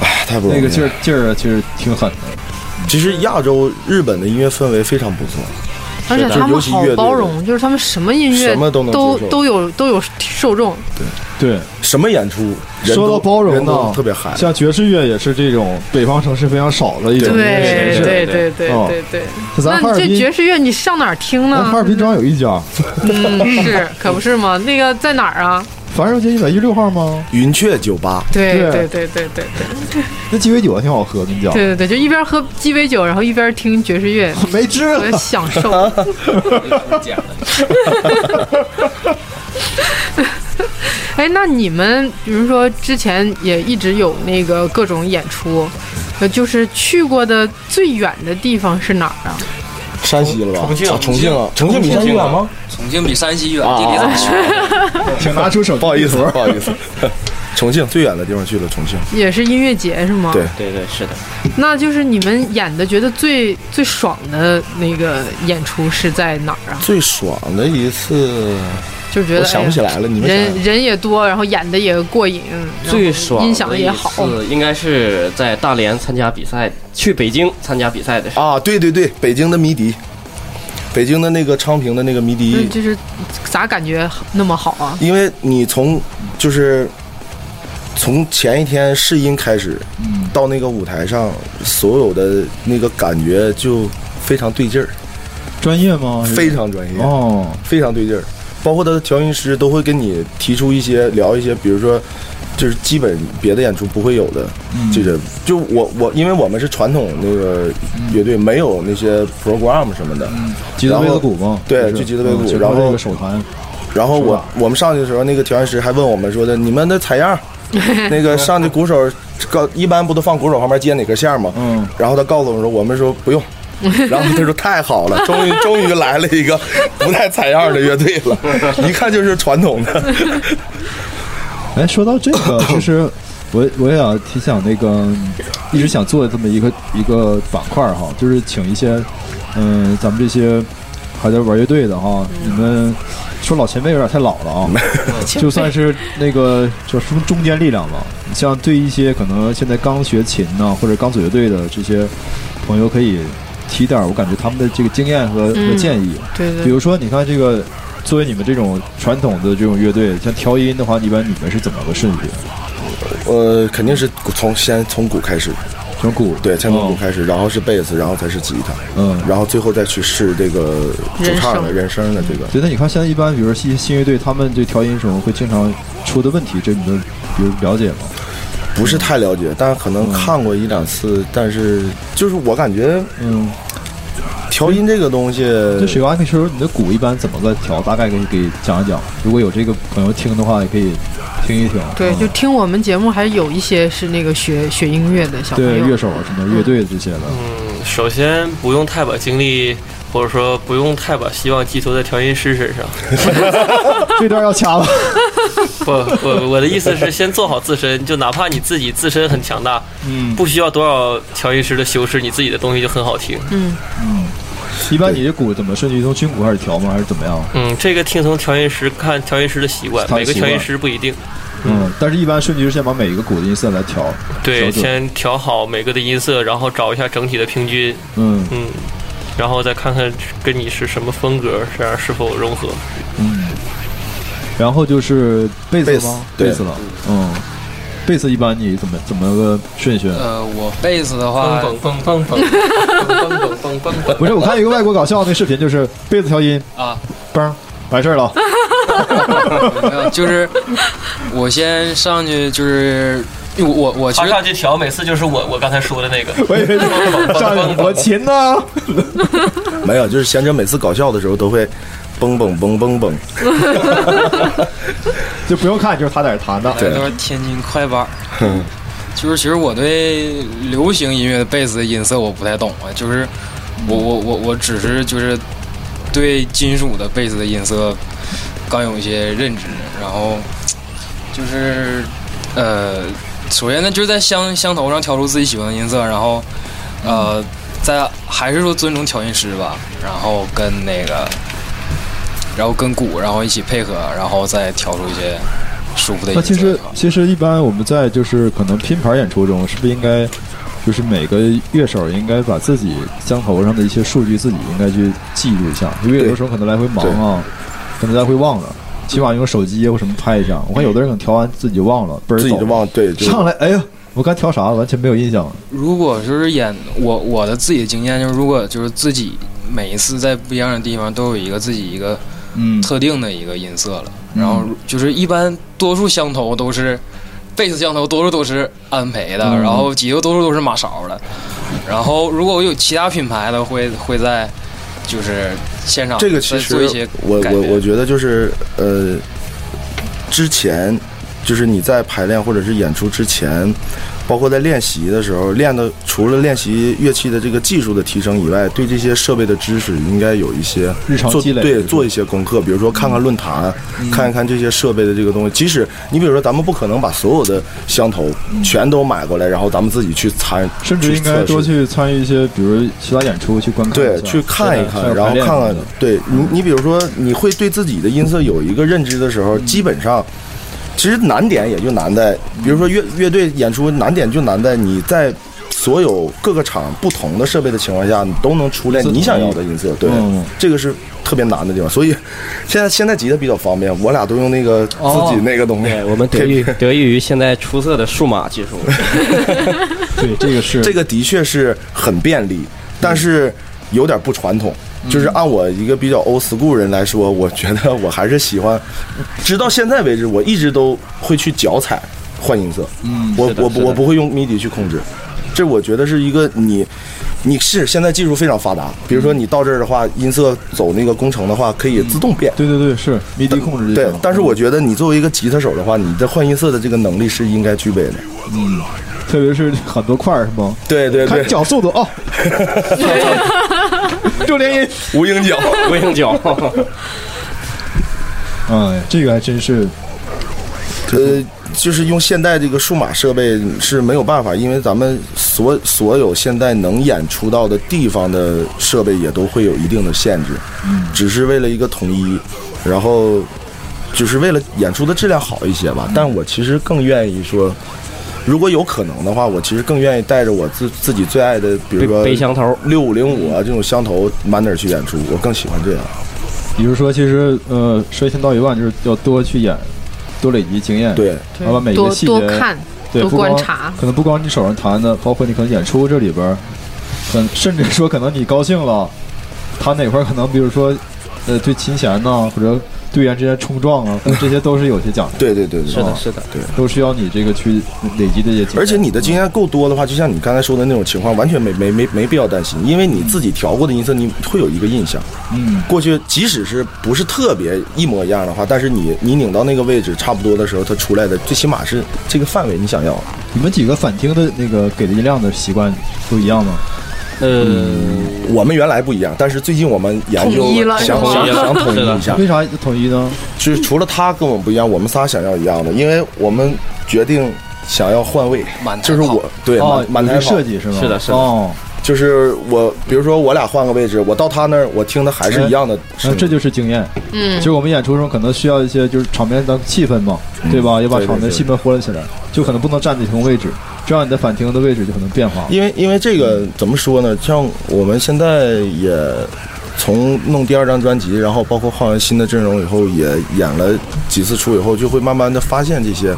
C: 哎，太不容易
B: 那
C: 了。
B: 个劲儿劲儿啊其实挺狠的。
C: 其实亚洲日本的音乐氛围非常不错，
A: 而且他们好包容，就是他们什么音乐
C: 什么都能接
A: 都
C: 受
A: 都有都有受众，
B: 对，
C: 什么演出人
B: 说
C: 都
B: 到包容
C: 人
B: 呢
C: 都，啊特别嗨。
B: 像爵士乐也是这种北方城市非常少的一种音乐形式。
A: 对
E: 对
A: 对对
B: 哦
A: 对对。
B: 咱哈
A: 那你
B: 尔
A: 这爵
B: 滨，
A: 士乐你上哪儿听
B: 咱
A: 呢
B: 哈？尔滨正好有一家，
A: 嗯，是，可不是吗？那个在哪儿啊？
B: 繁荣街一百一十六号吗？
C: 云雀酒吧，
A: 对
B: 对
A: 对对对对
B: 那鸡尾酒还挺好喝，跟你讲，
A: 对对对，就一边喝鸡尾酒，然后一边听爵士乐，
B: 没治啊
A: 特别
B: 了。
A: 享受。
E: 假的，
A: 哎，那你们比如说之前也一直有那个各种演出，呃，就是去过的最远的地方是哪儿啊？
C: 山西了吧？
E: 重庆
C: 啊重庆啊，重庆比
E: 重庆
C: 山西远吗？
E: 重庆比山西远，
F: 啊
E: 地理怎 么学？
B: 请拿出手机，
C: 不好意思，啊不好意思， 重庆最远的地方去了，重庆。
A: 也是音乐节是吗？
C: 对
F: 对对是的，
A: 那就是你们演的觉得最最爽的那个演出是在哪儿啊？
C: 最爽的一次，
A: 就觉
C: 我
A: 得
C: 想不起来了，你
A: 哎呀
C: 们想想
A: 人人也多，然后演的也过瘾，然后
F: 最爽
A: 音响
F: 的
A: 也
F: 一
A: 好。
F: 次应该是在大连参加比赛，去北京参加比赛的时候，
C: 啊，对对对，北京的迷笛，北京的那个昌平的那个迷
A: 那
C: 笛，
A: 就是咋感觉那么好啊？
C: 因为你从就是从前一天试音开始，到那个舞台上，所有的那个感觉就非常对劲儿，
B: 专业吗？
C: 非常专业。
B: 哎哦，
C: 非常对劲儿。包括他的调音师都会跟你提出一些聊一些，比如说，就是基本别的演出不会有的，这个就我我因为我们是传统那个乐队，没有那些 program 什么的，
B: 吉他贝
C: 然
B: 斯
C: 后
B: 鼓吗？
C: 对
B: 是
C: 就吉他贝斯鼓
B: 嗯就
C: 然后
B: 靠这个手弹，
C: 然后
B: 是
C: 我
B: 吧
C: 我们上去的时候，那个调音师还问我们说的，你们的采样 儿，那个上去鼓手告一般不都放鼓手旁边接哪根线儿吗？
B: 嗯，
C: 然后他告诉我们说，我们说 不用。然后他说太好了，终于终于来了一个不太采样儿的乐队 了，一看就是传统的。
B: 哎，说到这个，其实我我也想挺想那个，一直想做这么一个一个板块儿哈，就是请一些，嗯、咱们这些还在玩乐队的哈，你们说老前辈有点太老了啊，就算是那个叫什么中坚力量吧，你像对一些可能现在刚学琴呐、或者刚组乐队的这些朋友可以提点儿，我感觉他们的这个经验和、和
A: 嗯
B: 建议，
A: 对对
B: 比如说，你看这个，作为你们这种传统的这种乐队，像调音的话，一般你们是怎么个顺序？
C: 呃，肯定是从先从鼓开始，
B: 从鼓
C: 对，先从鼓
B: 哦
C: 开始，然后是贝斯，然后才是吉他，
B: 嗯
C: 然后最后再去试这个主唱的
A: 人
C: 人声的这个。
B: 对，那你看现在一般，比如说新新乐队，他们这调音时候会经常出的问题，这你们比如了解吗？
C: 不是太了解，但可能看过一两次，但是就是我感觉
B: 嗯，
C: 调音这个东西，
B: 这水娃，你说你的鼓一般怎么个调？大概给给讲一讲。如果有这个朋友听的话，也可以听一听。
A: 对，
B: 嗯
A: 就听我们节目还有一些是那个学学音乐的小朋
B: 对
A: 友，
B: 乐手啊什么乐队这些的，
D: 嗯，首先不用太把精力，或者说不用太把希望寄托在调音师身上。
B: 这段要掐吧。
D: 不，我我的意思是先做好自身，就哪怕你自己自身很强大，
B: 嗯，
D: 不需要多少调音师的修饰，你自己的东西就很好听。
A: 嗯，
B: 一般你这鼓怎么顺序？从军鼓开始调吗？还是怎么样？
D: 嗯，这个听从调音师看调音师的习惯，
B: 看
D: 每个
B: 习
D: 调
B: 惯
D: 音师不一定。
B: 嗯，但是一般顺序是先把每一个鼓的音色来调。调
D: 对，
B: 整
D: 先调好每个的音色，然后找一下整体的平均，
B: 嗯
D: 嗯，然后再看看跟你是什么风格，这样是否融合。
B: 嗯，然后就是贝斯
C: 贝斯
B: 吗？
C: 对
B: 贝斯了，嗯，贝斯一般你怎么怎么个顺序？
E: 呃，我贝斯的话，
D: 蹦蹦蹦蹦蹦蹦蹦蹦。
B: 不是，我看有一个外国搞笑那视频，就是贝斯调音
E: 啊，
B: 嘣，完事儿了。
E: 没有呃就是我先上去，就是我我我其
D: 他
E: 实
D: 上去调，每次就是我我刚才说的那个。
B: 我以为是上一个我琴呢，
C: 没有，就是贤者每次搞笑的时候都会蹦蹦蹦蹦蹦，
B: 就不用看，就是他在这弹的。
E: 都是啊天津快板儿。就是其实我对流行音乐的贝斯的音色我不太懂啊，就是我我我我只是就是对金属的贝斯的音色刚有一些认知，然后就是呃，首先呢就是在箱箱头上调出自己喜欢的音色，然后呃，在还是说尊重调音师吧，然后跟那个。然后跟鼓，然后一起配合，然后再调出一些舒服的音
B: 那
E: 色。
B: 其实其实一般我们在就是可能拼盘演出中，是不是应该就是每个乐手应该把自己枪头上的一些数据自己应该去记录一下，因为有的时候可能来回忙啊，可能来回忘了，起码用手机或什么拍一下。我看有的人可能调完自己就忘了，嘣儿
C: 自己
B: 走
C: 就忘对，就
B: 上来，哎呀，我刚调啥了完全没有印象。
E: 如果就是演我我的自己的经验，就是如果就是自己每一次在不一样的地方都有一个自己一个
B: 嗯
E: 特定的一个音色了，然后就是一般多数相头都是贝斯相头多数都是安培的，
B: 嗯
E: 然后吉他多数都是马勺的，然后如果我有其他品牌的会会在就是现场
C: 这个
E: 再
C: 其实
E: 做一些
C: 我
E: 改
C: 我
E: 变
C: 我觉得就是呃，之前就是你在排练或者是演出之前，包括在练习的时候，练的除了练习乐器的这个技术的提升以外，对这些设备的知识应该有一些
B: 日常
C: 做
B: 积累
C: 对，做一些功课，比如说看看论坛，
E: 嗯
C: 看一看这些设备的这个东西。即使你比如说，咱们不可能把所有的箱头全都买过来，然后咱们自己去参，
B: 甚至应该
C: 测试
B: 多去参与一些，比如其他演出去观看一
C: 对
B: 下，
C: 去看一
B: 像
C: 看，
B: 是
C: 然后
B: 排练
C: 看
B: 什么
C: 看
B: 的，
C: 对你，你比如说，你会对自己的音色有一个认知的时候，
B: 嗯
C: 基本上，其实难点也就难在，比如说乐乐队演出难点就难在你在所有各个厂不同的设备的情况下，你都能出来
B: 自动
C: 你想要的音色。对
B: 嗯，
C: 这个是特别难的地方。所以现在现在吉他比较方便，我俩都用那个
B: 哦
C: 自己那个东西。
F: 对我们得 益得益于现在出色的数码技术，
B: 对，这个是
C: 这个的确是很便利，但是有点不传统。就是按我一个比较 old school 人来说，我觉得我还是喜欢，直到现在为止，我一直都会去脚踩换音色。嗯，我
F: 是的
C: 我
F: 是的
C: 我不会用 MIDI 去控制，这我觉得是一个你。你是现在技术非常发达，比如说你到这儿的话，音色走那个工程的话，可以自动变。
B: 对对对，是 MIDI 控制这
C: 对
B: 种，
C: 但是我觉得你作为一个吉他手的话，你的换音色的这个能力是应该具备的。
B: 特别是很多块儿是吗？
C: 对对
B: 看
C: 对，
B: 脚速度哦，
F: 就连
C: 无影脚。
F: 无影 脚，
B: 嗯，这个还真是，
C: 呃，就是用现代这个数码设备是没有办法，因为咱们所所有现在能演出到的地方的设备也都会有一定的限制，嗯，只是为了一个统一，然后就是为了演出的质量好一些吧。但我其实更愿意说。如果有可能的话，我其实更愿意带着我自自己最爱的，比如说
F: 背背箱头
C: 六五零五啊这种箱头满哪儿去演出，我更喜欢这样。
B: 比如说，其实呃，说一千道一万，就是要多去演，多累积经验，，
C: 对，
B: 然后把每一
A: 多
B: 个细节
A: 多看，
B: 对，
A: 多
B: 不光
A: 观察
B: 可能不光你手上弹的，包括你可能演出这里边儿，很甚至说可能你高兴了，弹哪块儿可能比如说，呃，对琴弦呐、或者队员之间冲撞啊，但这些都是有些讲究，
C: 对对对对，
F: 是的，是的，
B: 都需要你这个去累积这些经验。
C: 而且你的经验够多的话，就像你刚才说的那种情况，完全没没没没必要担心，因为你自己调过的音色，你会有一个印象。
B: 嗯，
C: 过去即使是不是特别一模一样的话，但是你你拧到那个位置差不多的时候，它出来的最起码是这个范围你想要的。
B: 你们几个反听的那个给的音量的习惯不一样吗？
F: 呃，
C: 我们原来不一样，但是最近我们研究
A: 统一了
C: 想
A: 是
F: 吗
C: 想想统
F: 是的
C: 一一下，
B: 为啥统一呢？
C: 就是除了他跟我们不一样，我们仨想要一样的，因为我们决定想要换位
E: 满，台
C: 就是
E: 跑
C: 我对
B: 哦，
C: 满满
B: 有
C: 台
B: 些
C: 跑
B: 设计是吗？
F: 是的是的
B: 哦，
C: 就是我，比如说我俩换个位置，我到他那儿，我听的还是一样的
B: 哎那
C: 声音。
B: 这就是经验。
A: 嗯
B: 就，是我们演出中可能需要一些就是场面的气氛嘛，对吧？也把
C: 嗯对对
B: 场面
C: 对
B: 气氛活跃起来，就可能不能站在同位置，这样你的反停的位置就可能变化。
C: 因为因为这个怎么说呢？像我们现在也从弄第二张专辑，然后包括换完新的阵容以后，也演了几次出以后，就会慢慢的发现这些。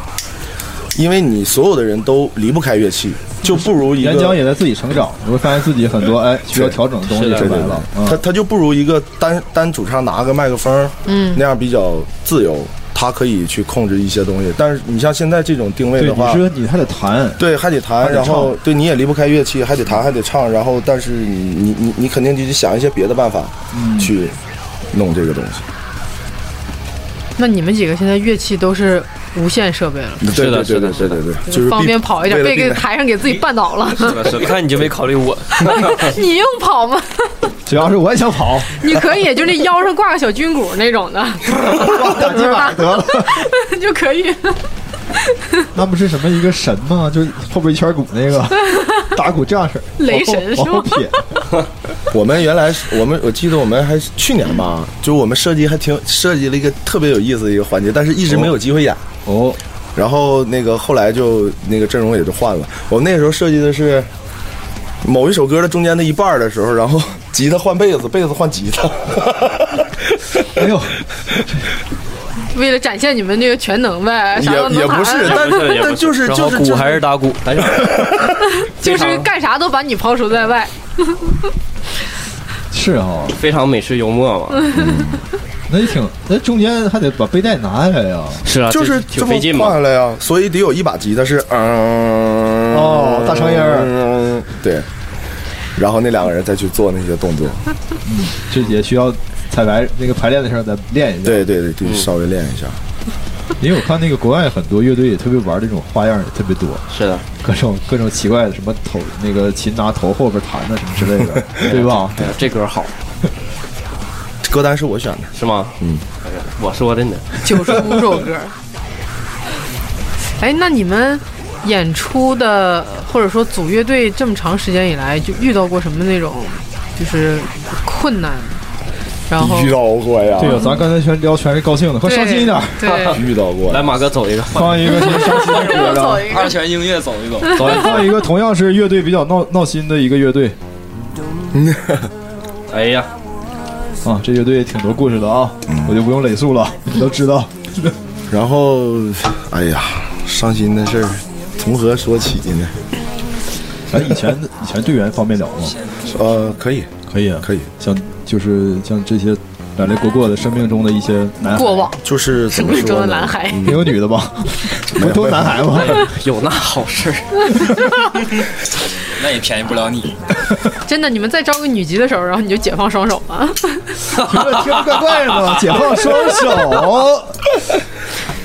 C: 因为你所有的人都离不开乐器，就不如一个
B: 岩浆也在自己成长，你会发现自己很多哎需要调整的东西
F: 是的
B: 出
C: 对
B: 来
C: 对
B: 了。
C: 对，他
B: 嗯，
C: 他就不如一个单单主唱拿个麦克风，
A: 嗯
C: 那样比较自由，他可以去控制一些东西。但是你像现在这种定位
B: 对，
C: 的话，
B: 你说你还得弹，
C: 对，还得
B: 还
C: 弹，
B: 得
C: 然后对你也离不开乐器，还
F: 嗯
C: 得弹，还得唱，然后但是你你你你肯定就得想一些别的办法
F: 嗯
C: 去弄这个东西。
A: 那你们几个现在乐器都是无线设备了，
C: 对
F: 是
C: 对
F: 的
C: 对
F: 是
C: 对
F: 的
C: 对对对，就是
A: 方
C: 避
A: 便跑一点，
C: 为
A: 别
C: 了避
A: 给
C: 免
A: 台上给自己绊倒 了。
D: 一看你就没考虑 我，
A: 你硬跑吗？
B: 只要是我也想 跑，
A: 你可以，就那腰上挂个小军鼓那种的，
B: 大鸡巴得了，
A: 就可以。
B: 那不是什么一个神吗？就是后边一圈鼓 那个打鼓这样式儿，
A: 雷神
B: 往后往后
A: 是吗
B: 撇，
C: 我们原来是我们我记得我们还是去年
F: 嗯
C: 吧，就我们设计还挺设计了一个特别有意思的一个环节，但是一直没有机会演。
B: 哦，
C: 然后那个后来就那个阵容也就换了。我们那时候设计的是某一首歌的中间的一半儿的时候，然后 吉他换贝斯，贝斯换吉他。
B: 哎呦，
A: 为了展现你们这个全能呗，哎啥都
C: 也也
A: 能
C: 不是，
A: 弹，
C: 但
D: 也不是也不
C: 但就是
D: 然
C: 就
D: 后
C: 是
D: 鼓还是打鼓，
F: 咱俩
A: 就是干啥都把你抛除在外。
B: 是啊，
F: 非常美式幽默嘛，
B: 那也挺，那中间还得把背带拿下来呀。
F: 是啊，
C: 就
F: 这
C: 是这
F: 挺
C: 么
F: 费劲
C: 换
F: 嘛，
C: 下来呀，所以得有一把吉他是嗯
B: 哦大长音
C: 儿，对，然后那两个人再去做那些动作，
A: 嗯
B: 这也需要彩排那个排练的时候再练一下。，
C: 对对对，得稍微练一下。
B: 因为我看那个国外很多乐队也特别玩这种花样，也特别多，
F: 是的，
B: 各种各种奇怪的，什么头那个琴拿头后边弹的什么之类的，对吧？
F: 哎呀这歌好
C: 歌单是我选的，
F: 是吗？嗯，我说的呢，
A: 九十五首 歌。哎，那你们演出的或者说组乐队这么长时间以来，就遇到过什么那种就是困难，然后
C: 遇到过呀，
B: 对呀，啊咱刚才全聊全是高兴的，快上进一点，
A: 对，
C: 遇到过
F: 来
C: 呀。
F: 马哥走一个，
B: 放一个先上期的歌，
A: 我
B: 然后
A: 走一
E: 二
A: 个，
E: 泉映月走一走，
F: 走一个。
B: 放一个同样是乐队比较闹闹心的一个乐队
F: 哎呀，
B: 啊，这乐队挺多故事的啊，我就不用累述了，你都知道。
C: 然后，哎呀，伤心的事儿从何说起呢？
B: 咱哎以前以前队员方便聊吗？
C: 呃，可以，
B: 可以啊，
C: 可以。
B: 像就是像这些来来过过的生命中的一些男孩
A: 过往
C: 就是怎
A: 生
C: 么
A: 命中
C: 说
A: 的
C: 呢
A: 男？孩，
B: 没有女的吧？不都男孩吗？
F: 有那好事儿，
E: 那也便宜不了你。
A: 真的，你们再招个女级的时候，然后你就解放双手吧。
B: 这听着怪怪的，解放双手。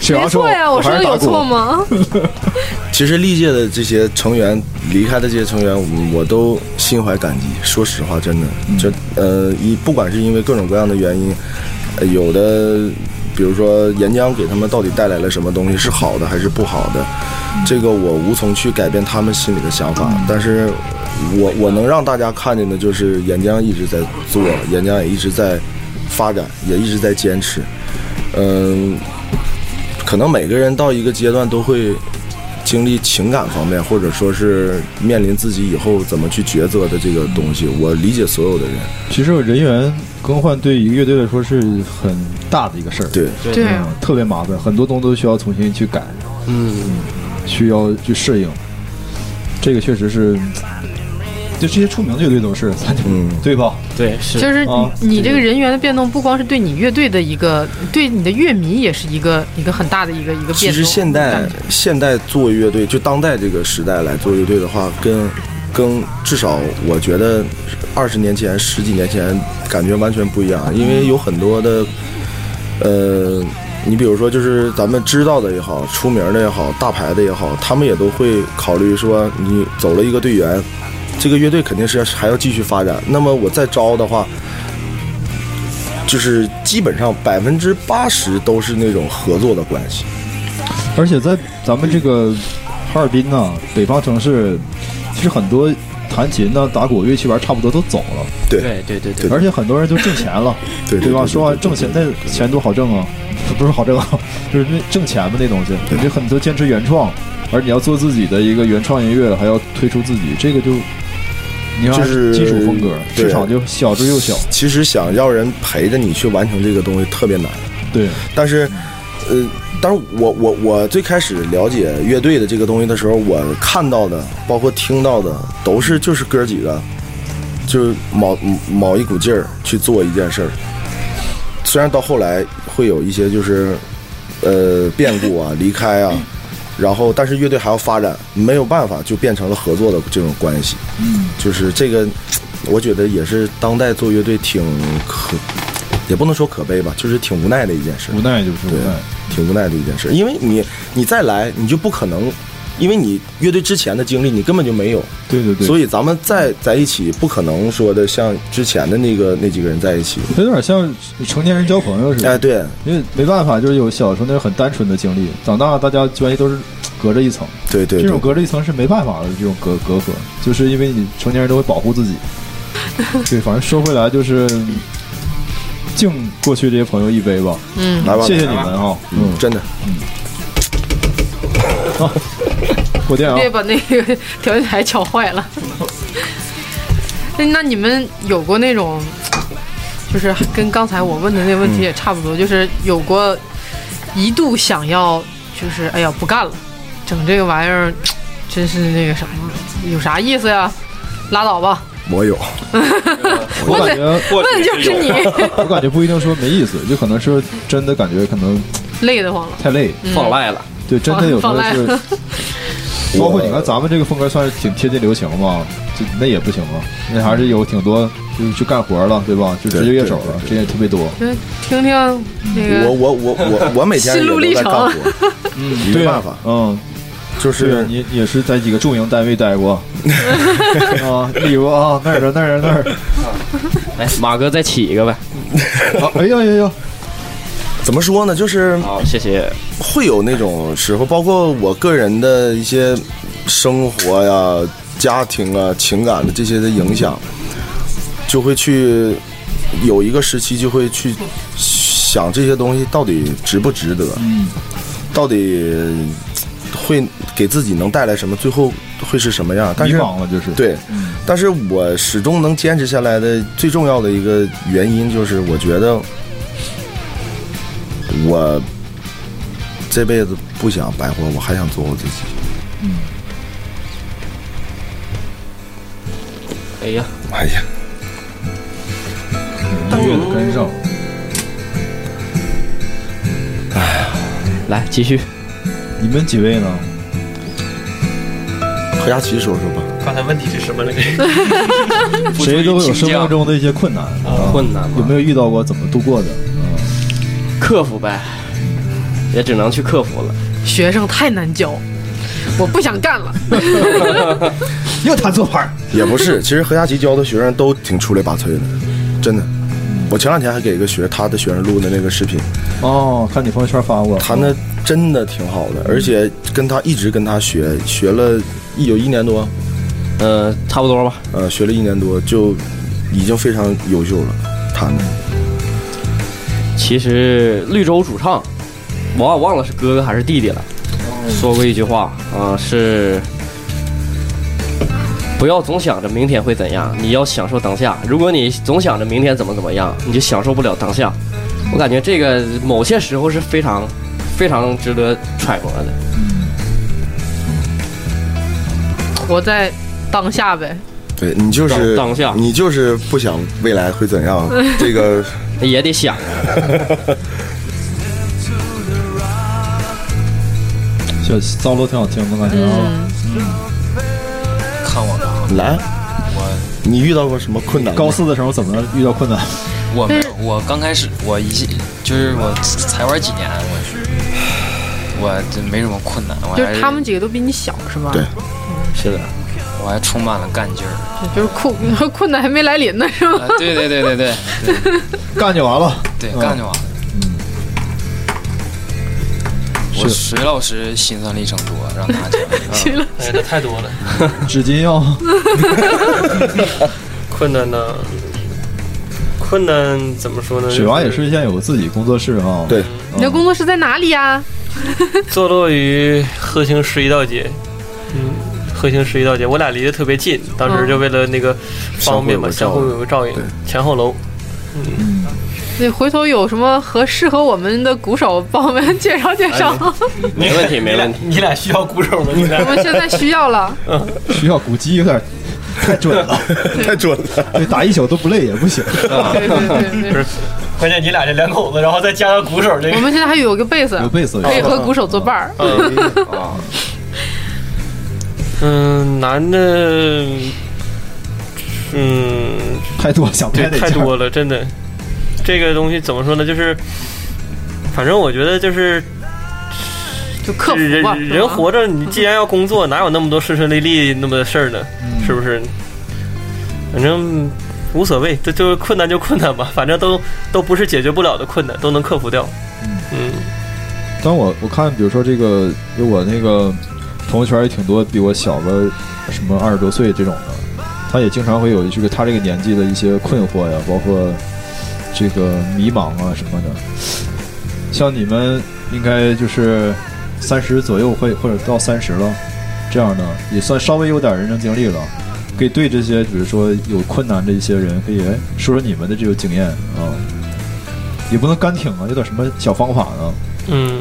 B: 沈
A: 没
B: 阳说
A: 错呀，我说的有错？吗？
C: 其实历届的这些成员离开的这些成员，我我都心怀感激。说实话，真的，这呃，一不管是因为各种各样的原因，呃有的比如说岩浆给他们到底带来了什么东西，是好的还是不好的，这个我无从去改变他们心里的想法。但是我我能让大家看见的就是岩浆一直在做，岩浆也一直在发展，也一直在坚持。嗯、可能每个人到一个阶段都会经历情感方面，或者说是面临自己以后怎么去抉择的这个东西。我理解所有的人，
B: 其实人员更换对一个乐队来说是很大的一个事儿，
C: 对，
A: 对啊
B: 嗯，特别麻烦，很多东西都需要重新去改，
F: 嗯，
B: 需要去适应。这个确实是，就这些出名的乐队都是，咱就
C: 嗯
B: 对吧？
F: 对，是
A: 就是你
B: 啊
A: 你这个人员的变动，不光是对你乐队的一个，对你的乐迷也是一个一个很大的一个一个变动。
C: 其实现代现代做乐队，就当代这个时代来做乐队的话，跟跟至少我觉得二十年前、十几年前感觉完全不一样，因为有很多的呃，你比如说就是咱们知道的也好，出名的也好，大牌的也好，他们也都会考虑说，你走了一个队员，这个乐队肯定是还要继续发展。那么我再招的话，就是基本上百分之八十都是那种合作的关系。
B: 而且在咱们这个哈尔滨呢、北方城市，其实很多弹琴呢、打鼓乐器玩儿差不多都走了。
C: 对
F: 对对对对，
C: 对
B: 而且很多人就挣钱了，
C: 对对
B: 吧？
C: 对对
B: 说完
C: 对
B: 挣钱，那钱多好挣啊， 不是好挣啊，就是那挣钱嘛那东西。你就很多坚持原创，而你要做自己的一个原创音乐，还要推出自己，这个就你要
C: 就是
B: 基础风格，
C: 对
B: 市场就小之又小。
C: 其实想要人陪着你去完成这个东西特别难，
B: 对，
C: 但是，呃，当然我我我最开始了解乐队的这个东西的时候，我看到的，包括听到的，都是就是哥几个，就是卯卯一股劲儿去做一件事儿。虽然到后来会有一些就是，呃，变故啊，离开啊，然后但是乐队还要发展，没有办法就变成了合作的这种关系。嗯，就是这个，我觉得也是当代做乐队挺可，也不能说可悲吧，就是挺无奈的一件事。
B: 无奈就是无
C: 对
B: 奈。，
C: 挺无奈的一件事，因为你你再来，你就不可能，因为你乐队之前的经历你根本就没有，
B: 对对对，
C: 所
B: 以
C: 以咱们再在一起，不可能说的像之前的那个那几个人在一起。
B: 有点像成年人交朋友似
C: 哎，
B: 的，
C: 对，
B: 因为没办法，就是有小时候那种很单纯的经历，长大大家关系都是隔着一层。
C: 对对
B: 这种
C: 对，
B: 隔着一层是没办法的，这种隔隔阂，就是因为你成年人都会保护 自己。对，反正说回来就是，敬过去这些朋友一杯吧，
A: 嗯，
C: 来吧，
B: 谢谢你
C: 来吧，
B: 们哈。
C: 嗯，真的，
B: 过电啊，
A: 别把那个 调音台敲坏了。 那那你们有过那种，就是跟刚才我问的那问题也差不多，就是有过一度想要，就是哎呀不干了，整这个玩意儿真是那个什么，有啥意思呀？拉倒吧，
C: 我有，
B: 我感觉
A: 问就是你
B: 我感觉不一定说没意思，就可能是真的感觉可能
A: 累得慌了。
B: 太累，
F: 放赖了，
B: 对，真的有时候
A: 放
B: 是
A: 放。
B: 包括你看咱们这个风格算是挺贴近流行嘛，就那也不行啊，那还是有挺多就是去干活了，对吧？就职
C: 对
B: 业乐
C: 对
B: 手
C: 对
B: 了，
C: 对
B: 这也特别多。
A: 就听听那
C: 我
A: 个，
C: 我我我我每天也
A: 心路
C: 都
A: 历
C: 在
A: 程
C: 干活，嗯，没
B: 对啊
C: 办法，
B: 嗯，
C: 就是是
B: 你也是在几个驻营单位待 过啊，例如啊那儿啊那儿啊那儿
F: 来马哥再起一个呗。
B: 啊，哎呦呦呦，
C: 怎么说呢，就是
F: 好，谢谢。
C: 会有那种时候，包括我个人的一些生活呀、家庭啊、情感的这些的影响，就会去有一个时期就会去想这些东西到底值不值得，
B: 嗯
C: 到底会给自己能带来什么，最后会是什么样。但
B: 迷
C: 是
B: 茫了就是，
C: 对，
B: 嗯
C: 但是我始终能坚持下来的最重要的一个原因，就是我觉得我这辈子不想白活，我还想做我自己。
F: 哎呀，
C: 哎呀，
B: 音乐的跟上了。
F: 来继续。
B: 你们几位呢？
C: 和佳琪说说吧，
D: 刚才问题是什么来着？
B: 谁都有生活中的一些困难，啊
F: 困难嘛
B: 有没有遇到过？怎么度过的？嗯
F: 克服呗，也只能去克服了。
A: 学生太难教，我不想干了。
B: 又弹错拍儿，
C: 也不是，其实和佳琪教的学生都挺出类拔萃的，真的。我前两天还给一个学他的学生录的那个视频，
B: 哦，看你朋友圈发过，
C: 弹的真的挺好的，而且跟他一直跟他学，学了一有一年多，
F: 嗯，差不多吧。
C: 呃，学了一年多就已经非常优秀了，弹的。
F: 其实绿洲主唱，我忘忘了是哥哥还是弟弟了，说过一句话啊、是不要总想着明天会怎样，你要享受当下。如果你总想着明天怎么怎么样，你就享受不了当下。我感觉这个某些时候是非常非常值得揣摩的。
A: 活在当下呗，
C: 对你就是
F: 当当下
C: 你就是不想未来会怎样，这个
F: 也得想啊。
B: 小糟了，挺好听的感觉啊。
E: 嗯看我吧，
C: 来，
E: 我
C: 你遇到过什么困难吗？
B: 高四的时候怎么遇到困难？
E: 我没有，我刚开始我一进就是我才玩几年，啊我我这没什么困难，我
A: 就
E: 还
A: 是他们几个都比你小是吧？
C: 对
F: 是的，
E: 我还充满了干 劲儿。
A: 就是困 困难还没来临呢是吗？
E: 啊，对对对对对
B: 干就完了。
E: 对，
B: 嗯
E: 干就完了。我
B: 是
E: 水老师心酸历程多，让他 讲。
D: 哎呀，这太多了。
B: 纸巾啊要
D: 困难呢？困难怎么说呢？
B: 水娃也是现在有个自己工作室啊。
C: 对，
A: 你的工作室在哪里呀？
D: 坐落于鹤兴十一道街，嗯，鹤兴十一道街，我俩离得特别近，当时就为了那个方便嘛，
C: 相
D: 相
C: 互
D: 互
C: 有
D: 有个照应
C: 对，
D: 前后楼。
A: 你回头有什么合适合我们的鼓手，帮我们介绍介绍。
F: 没问题，没问题。
D: 你俩需要鼓手吗？你
A: 我
D: 俩
A: 们现在需要了，
B: 需要古鸡有点 太准了，
C: 太准了，
B: 对，打一宿都不累也不行。
A: 对对对对，
D: 关键你俩这两口子，然后再加上鼓手这
A: 我们现在还有个贝斯，
B: 有贝斯，
A: 可以和鼓手作伴儿。
D: 嗯，男的，嗯，
B: 太多想
D: 对
B: 拍，得劲
D: 太
B: 儿
D: 多了，真的。这个东西怎么说呢？就是，反正我觉得就是
A: 就克服
D: 人
A: 吧。是
D: 人
A: 吧
D: 活着，你既然要工作，哪有那么多顺顺利利那么的事儿呢？
B: 嗯
D: 是不是？反正无所谓，这就是困难就困难吧，反正都都不是解决不了的困难，都能克服掉。嗯，
B: 但我我看，比如说这个，就我那个朋友圈也挺多比我小个什么二十多岁这种的，他也经常会有这个他这个年纪的一些困惑呀，包括这个迷茫啊什么的。像你们应该就是三十左右会，或者到三十了，这样的也算稍微有点人生经历了。可以对这些，比如说有困难的一些人，可以哎说说你们的这个经验啊，也不能干挺啊，有点什么小方法啊呢？
D: 嗯，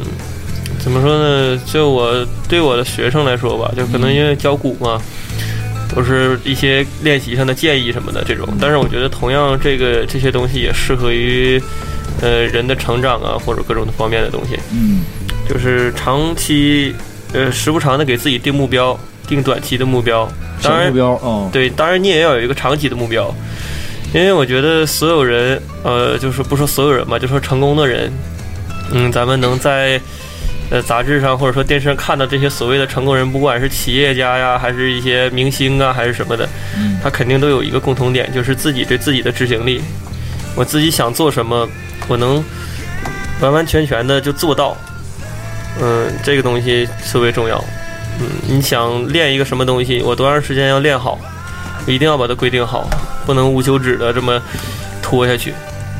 D: 怎么说呢？就我对我的学生来说吧，就可
B: 嗯
D: 能因为教鼓嘛，都是一些练习上的建议什么的这种。
B: 嗯
D: 但是我觉得，同样这个这些东西也适合于呃人的成长啊，或者各种方面的东西。
B: 嗯。
D: 就是长期，呃，时不常的给自己定目标，定短期的目标。
B: 小
D: 当然
B: 目，标啊，
D: 对，当然你也要有一个长期的目标，因为我觉得所有人，呃，就是不说所有人吧，就说成功的人，嗯，咱们能在。呃，杂志上或者说电视上看到这些所谓的成功人，不管是企业家呀，还是一些明星啊，还是什么的，
B: 嗯
D: 他肯定都有一个共同点，就是自己对自己的执行力。我自己想做什么，我能完完全全的就做到。嗯，这个东西特别重要。嗯，你想练一个什么东西，我多长时间要练好，一定要把它规定好，不能无休止的这么拖下去。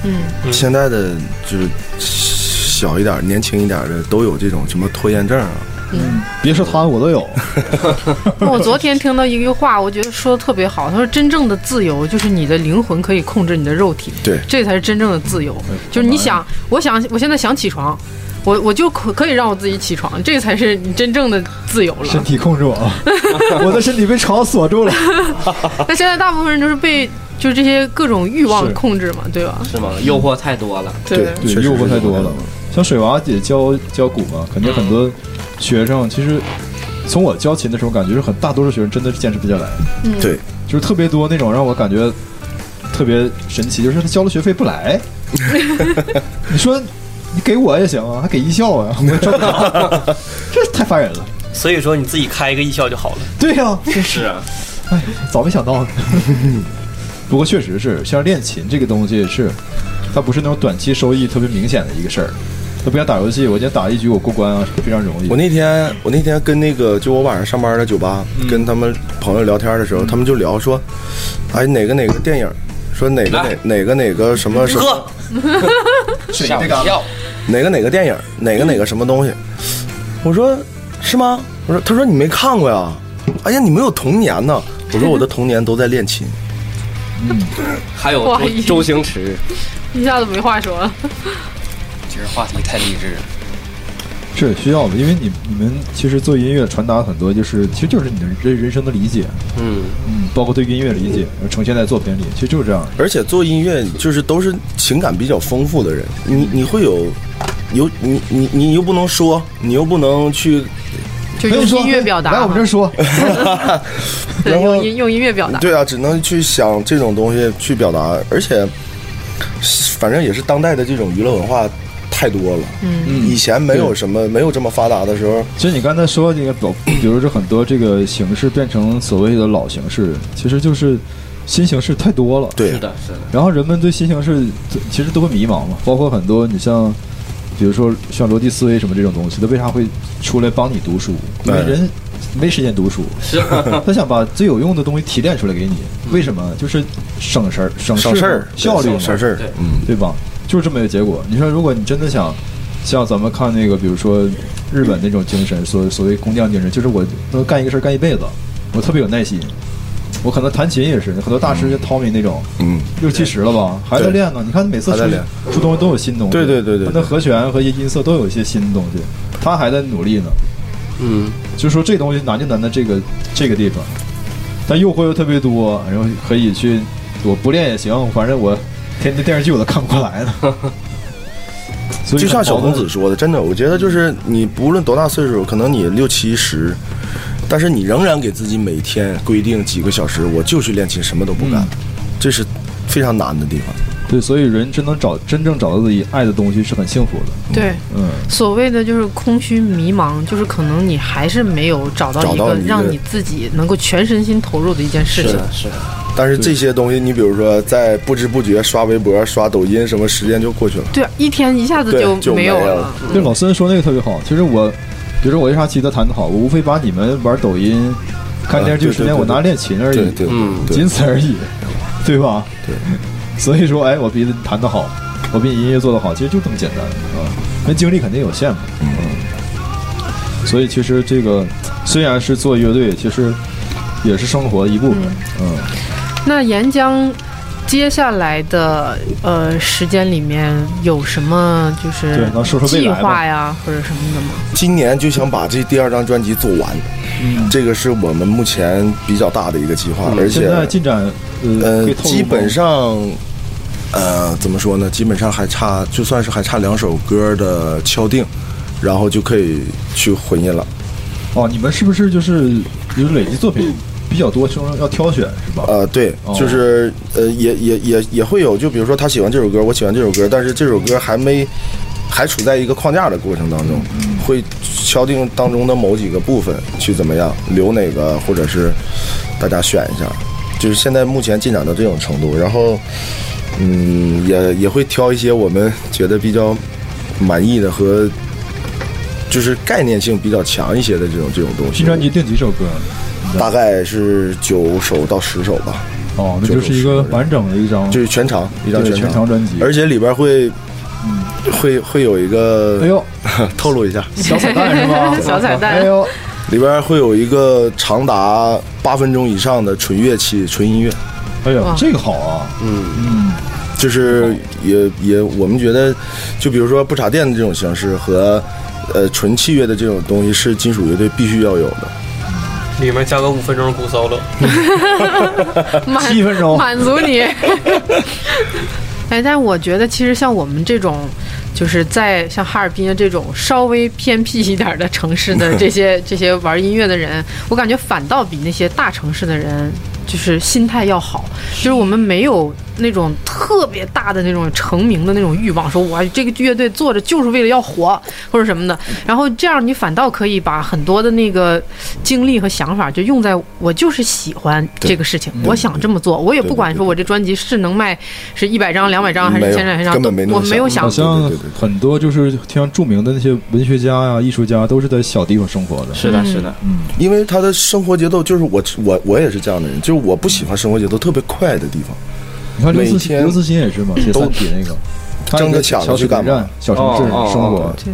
A: 嗯，
C: 现在的就是小一点、年轻一点的都有这种什么拖延症啊，
B: 别说他，我都有。
A: 我昨天听到一句话，我觉得说的特别好。他说：“真正的自由就是你的灵魂可以控制你的肉体，
C: 对嗯
A: 这才是真正的自由。就是你想，我想，我现在想起床，我我就可可以让我自己起床，这才是你真正的自由
B: 身
A: 了。
B: 体控制 我啊，我的身体被床锁住了。
C: 啊
A: 但现在大部分人都是被就是这些各种欲望
B: 是
A: 控制嘛，对吧？
F: 是吗？诱惑太多了，
A: 对
B: 对，
C: 确实
B: 诱惑
C: 是
B: 太
C: 这
B: 多
C: 样
B: 了。像水娃也教教鼓嘛，肯定很多学生其实从我教琴的时候，感觉是很大多数学生真的是坚持不下来，
C: 对，
B: 就是特别多那种让我感觉特别神奇，就是他交了学费不来。 你说你给我也行啊，还给艺校啊，我也赚不 着，这太烦人了。
D: 所以说你自己开一个艺校就好了。
B: 对呀、
F: 真是啊，
B: 哎，早没想到呢。 不过确实是，像练琴这个东西是，它不是那种短期收益特别明显的一个事儿。它不像打游戏，我今天打一局我过关啊，非常容易
C: 我。那天我那天跟那个就我晚上上班的酒吧、
B: 嗯
C: 跟他们朋友聊天的时候，他们就聊说，哎哪个哪个电影，说哪个哪
E: 来
C: 哪个哪个什么什么
D: 喝，
B: 水
E: 吓我一
C: 啊
E: 跳，
C: 哪个哪个电影，哪个哪个什么东西，我说是吗？我说他说你没看过呀？哎呀你没有童年呢？我说我的童年都在练琴，
F: 还有
A: 哇
F: 周周星驰，
A: 一下子没话说了。
E: 今儿话题太励志了。
B: 是需要的，因为你你们其实做音乐传达很多，就是其实就是你的人人生的理解，
F: 嗯，
B: 嗯，包括对音乐理解，呃呈现在作品里，其实就是这样的。
C: 而且做音乐就是都是情感比较丰富的人，你你会有。有你你你又不能说，你又不能去
A: 就
B: 不
A: 用
B: 用说
A: 音乐表达嘛，
B: 来我们这儿说，
A: 对
C: 然后
A: 用音用音乐表达，
C: 对啊，只能去想这种东西去表达，而且反正也是当代的这种娱乐文化太多了。嗯，以前没有什么没有这么发达的时候，
B: 其实你刚才说这个老，比如说很多这个形式变成所谓的老形式，其实就是新形式太多了。
C: 对
F: 是的，是的，
B: 然后人们对新形式其实都会迷茫嘛，包括很多你像，比如说像逻辑思维什么这种东西，他为啥会出来帮你读书？因为
C: 对
B: 人没时间读书，
F: 是嗯吧
B: 他想把最有用的东西提炼出来给你。为什么？就是省事儿、省
C: 省事
B: 嘛
C: 儿，
B: 效率嘛，
C: 省事儿
F: 对。
C: 嗯，
B: 对吧？就是这么一个结果。你说，如果你真的想像咱们看那个，比如说日本那种精神，所所谓工匠精神，就是我能干一个事儿干一辈子，我特别有耐心。我可能弹琴也是，很多大师就 Tommy 那种，
C: 嗯，
B: 六七十了吧，还在练呢。你看每次
C: 还
B: 出
C: 在练
B: 出东西都有新东西，
C: 对对对对
B: 他的和弦和音色都有一些新的东西，他还在努力呢。
F: 嗯，
B: 就是说这东西难就难在这个这个地方，但诱惑又特别多，然后可以去，我不练也行，反正我天天电视剧我都看不过 来呢。所以
C: 就像小
B: 很矛
C: 公
B: 盾
C: 子，说的，真的，我觉得就是你不论多大岁数，可能你六七十。但是你仍然给自己每天规定几个小时，我就去练琴，什么都不干，
B: 嗯
C: 这是非常难的地方。
B: 对，所以人真能找真正找到自己爱的东西是很幸福的。
A: 对
B: 嗯，
A: 所谓的就是空虚迷茫，就是可能你还是没有找到
C: 找
A: 一
C: 到
A: 个
C: 一个
A: 让你自己能够全身心投入的一件事
F: 是
A: 情。
F: 的，是的，
C: 但是这些东西，你比如说在不知不觉刷微博、刷抖音，什么时间就过去了。
A: 对，一天一下子
C: 对
A: 就
C: 就
A: 没有
C: 没有
A: 了
C: 了。
B: 对，老孙说那个特别好。其实我，比如说我为啥骑他弹得好，我无非把你们玩抖音、看电视剧时间，
C: 啊对对对
B: 我拿来练琴而已。
C: 对对，
F: 嗯
C: 对
B: 仅此而已，对吧？对。 所以说，哎，我比你弹得好，我比你音乐做得好，其实就这么简单啊。那精力肯定有限嘛，嗯。所以其实这个虽然是做乐队，其实也是生活的一部分，嗯。
A: 那岩浆接下来的呃时间里面有什么就是
B: 对能说说未
A: 计
B: 来吧
A: 划呀或者什么的吗？
C: 今年就想把这第二张专辑做完，这个是我们目前比较大的一个计划，啊而
B: 啊嗯现
C: 且
B: 在进展，呃，
C: 呃
B: 可以，透露吗
C: 基本上。呃，怎么说呢？基本上还差，就算是还差两首歌的敲定，然后就可以去混音了。
B: 哦，你们是不是就是就是累积作品比较多，就是要挑选是吧？
C: 呃，对
B: 哦，
C: 就是呃，也也也也会有，就比如说他喜欢这首歌，我喜欢这首歌，但是这首歌还没还处在一个框架的过程当中，会敲定当中的某几个部分去怎么样留哪个，或者是大家选一下，就是现在目前进展到这种程度，然后嗯，也也会挑一些我们觉得比较满意的和。就是概念性比较强一些的这种这种东西，
B: 新专辑定几首歌？
C: 大概是九首到十首吧。
B: 哦，哦，那就是一个完整的一张，
C: 就是全场一张
B: 对
C: 全
B: 长专辑。嗯
C: 而且里边会，会会有一个，
B: 哎呦，
C: 透露一下，
B: 小彩蛋是吧？
A: 小彩蛋
B: 哎呦，
C: 里边会有一个长达八分钟以上的纯乐器、纯音乐，
B: 哎呦
A: 哇，
B: 这个好啊！哦
C: 就是也也我们觉得，就比如说不插电的这种形式和，呃，纯器乐的这种东西是金属乐队必须要有的。
D: 里面加个五分钟的鼓 solo，
A: 满
B: 七分钟
A: 满足你。 哎，但我觉得其实像我们这种，就是在像哈尔滨这种稍微偏僻一点的城市的这 些这些玩音乐的人，我感觉反倒比那些大城市的人。就是心态要好，就是我们没有那种特别大的那种成名的那种欲望，说我这个乐队做着就是为了要火或者什么的。然后这样你反倒可以把很多的那个精力和想法就用在我就是喜欢这个事情，我想这么做，我也不管说我这专辑是能卖是一百张、两百张还是
C: 没有
A: 千张、一千张，
C: 根
A: 都
C: 本没那
A: 我
C: 么
A: 没有
C: 想
A: 想
B: 好
A: 过。
B: 像
C: 对对对对
B: 很多就是像著名的那些文学家呀、艺术家，都是在小地方生活的。
F: 是的，是的，
C: 因为他的生活节奏就是我我我也是这样的人，就是我不喜欢生活节奏特别快的地方，
B: 你看刘
C: 每
B: 慈
C: 天
B: 刘慈欣也是嘛，写《
C: 都
B: 三体》那个，他
C: 争
B: 也
C: 着
B: 是
C: 抢着
B: 小
C: 去
B: 水
C: 干
B: 电
C: 嘛
B: 站、小城市
F: 哦哦
B: 生
F: 哦
B: 活，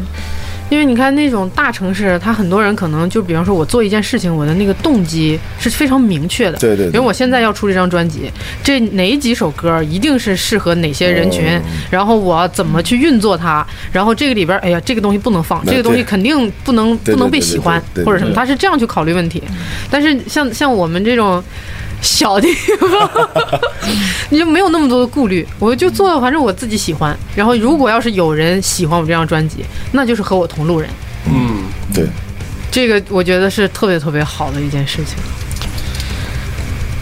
A: 因为你看那种大城市，他很多人可能就比方说，我做一件事情，我的那个动机是非常明确的。
C: 对对对
A: 比如我现在要出这张专辑，这哪几首歌一定是适合哪些人
C: 哦
A: 群，然后我怎么去运作它，然后这个里边，哎呀，这个东西不能放，
C: 那
A: 这个东西
C: 对
A: 肯定不能
C: 对
A: 不能被
C: 对对
A: 喜欢
C: 对对
A: 或者什么，
B: 对
A: 他是这样去考虑问题。但是像像我们这种小地方， 你就没有那么多的顾虑，我就做，反正我自己喜欢。然后如果要是有人喜欢我这张专辑，那就是和我同路人。
F: 嗯，
C: 对，
A: 这个我觉得是特别特别好的一件事情。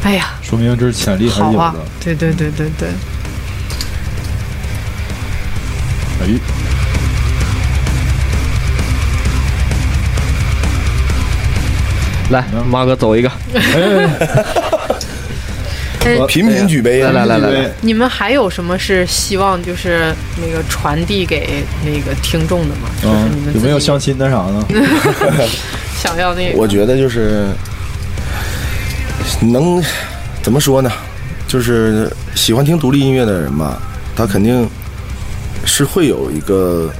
A: 哎呀，
B: 说明这是潜力还
A: 好
B: 是有
A: 啊
B: 的。！
A: 对对对对对，
B: 哎，
F: 来，马哥走一个，
B: 嗯
A: 哎，
C: 频频举杯啊，
F: 来来来来来，
A: 你们还有什么是希望就是那个传递给那个听众的吗？就是你们
B: 嗯，有
A: 自己
B: 没有相亲的啥呢？
A: 想要那个？
C: 我觉得就是能怎么说呢？就是喜欢听独立音乐的人吧，他肯定是会有一个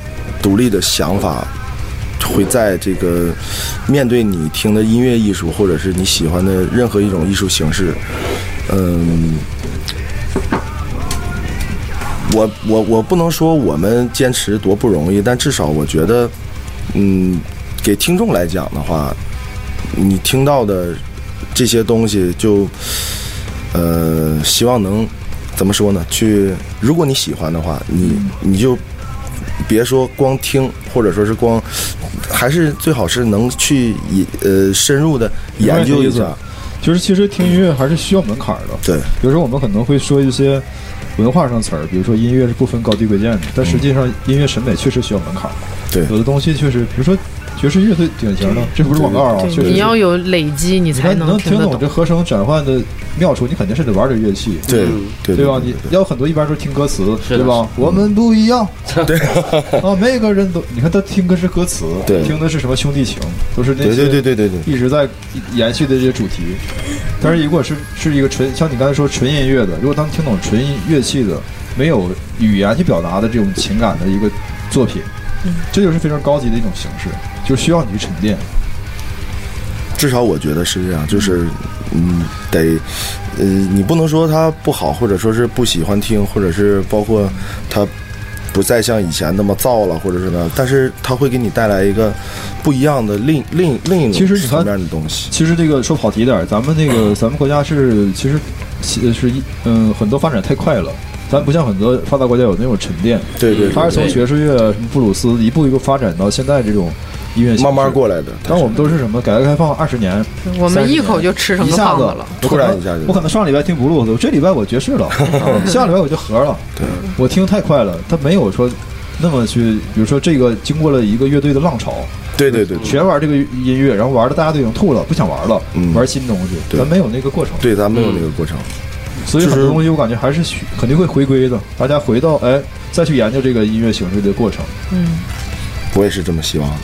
C: 独立的想法，会在这个面对你听的音乐艺术，或者是你喜欢的任何一种艺术形式，嗯。我我我不能说我们坚持多不容易，但至少我觉得，嗯，给听众来讲的话，你听到的这些东西就，呃，希望能怎么说呢？去，如果你喜欢的话，你你就别说光听，或者说是光，还是最好是能去以呃深入的 研究一
B: 明白你的
C: 下
B: 意思。 就是其实听音乐还是需要门槛的。
C: 对，
B: 有时候我们可能会说一些文化上词儿，比如说音乐是不分高低贵贱的，但实际上音乐审美确实需要门槛儿。
C: 对
B: 有的东西确实，比如说爵士乐最典型的，这不是广告啊，
A: 对
B: 确实是。
A: 你要有累积，你
B: 你
A: 才
B: 看能
A: 听
B: 听
A: 得
B: 懂这和声转换的妙处，你肯定是得玩点乐器。
C: 对对
B: 对吧？
C: 对
B: 你
C: 对
B: 要很多一般都是听歌词，
F: 是的
B: 对吧？我们不一 样，对啊，每个人都你看他听的是歌词，
C: 对
B: 听的是什么兄弟情，都是那些
C: 对对对对对对
B: 一直在延续的这些主题。但是如果是是一个纯像你刚才说纯音乐的，如果当听懂纯音乐器的，没有语言去表达的这种情感的一个作品，这就是非常高级的一种形式，就需要你去沉淀。
C: 至少我觉得是这样，就是，嗯，得，呃，你不能说他不好，或者说是不喜欢听，或者是包括他不再像以前那么燥了，或者是呢，但是他会给你带来一个不一样的另另另一
B: 其实
C: 种
B: 你看
C: 层面的东西。
B: 其实这个说跑题点儿，咱们那个咱们国家是其实是是一嗯很多发展太快了，咱不像很多发达国家有那种沉淀，
C: 对对对
B: 它是从
C: 对
B: 爵士乐、什么布鲁斯一步一步发展到现在这种音乐形式
C: 慢慢。过来的。
B: 但我们都是什么改革开放二十年，
A: 我们
B: 30
A: 一口就吃成
B: 一
A: 个
B: 下
A: 胖
B: 子
A: 子了。
B: 我可能
C: 突然一下就
B: 我可能上礼拜听 blues，我这礼拜我爵士 了，啊下礼拜我就和了。
C: 对，
B: 我听太快了，它没有说那么去，比如说这个经过了一个乐队的浪潮，
C: 对对对对
B: 全玩这个音乐，然后玩的大家都已经吐了，不想玩了，
C: 嗯
B: 玩新东西，
C: 对
B: 咱没有那个过程。
C: 对，咱们有那个过程。
B: 所以
C: 就
B: 很
C: 是
B: 多东西我感觉还是需肯定会回归的，大家回到哎再去研究这个音乐形式的过程，
C: 嗯我也是这么希望的。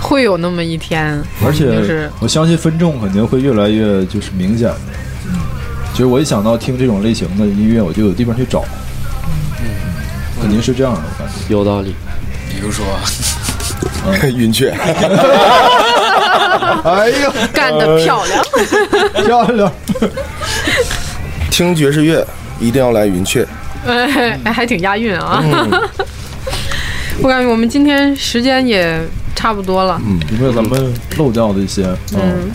A: 会有那么一天，
B: 而
A: 就
B: 且
A: 是
B: 我相信分众肯定会越来越就是明显的。就是嗯我一想到听这种类型的音乐，我就有地方去找。嗯，肯定是这样的，我感觉。
F: 有道理。
E: 比如 说，
B: 嗯
C: 晕厥。
B: 哎呀，
A: 干得漂 亮！
B: 漂
C: 嗯
B: 亮！
C: 听爵士乐一定要来云雀，
A: 哎，还挺押韵啊。
B: 嗯
A: 我感觉我们今天时间也差不多了。
B: 嗯， 有没有咱们漏掉的一些？嗯，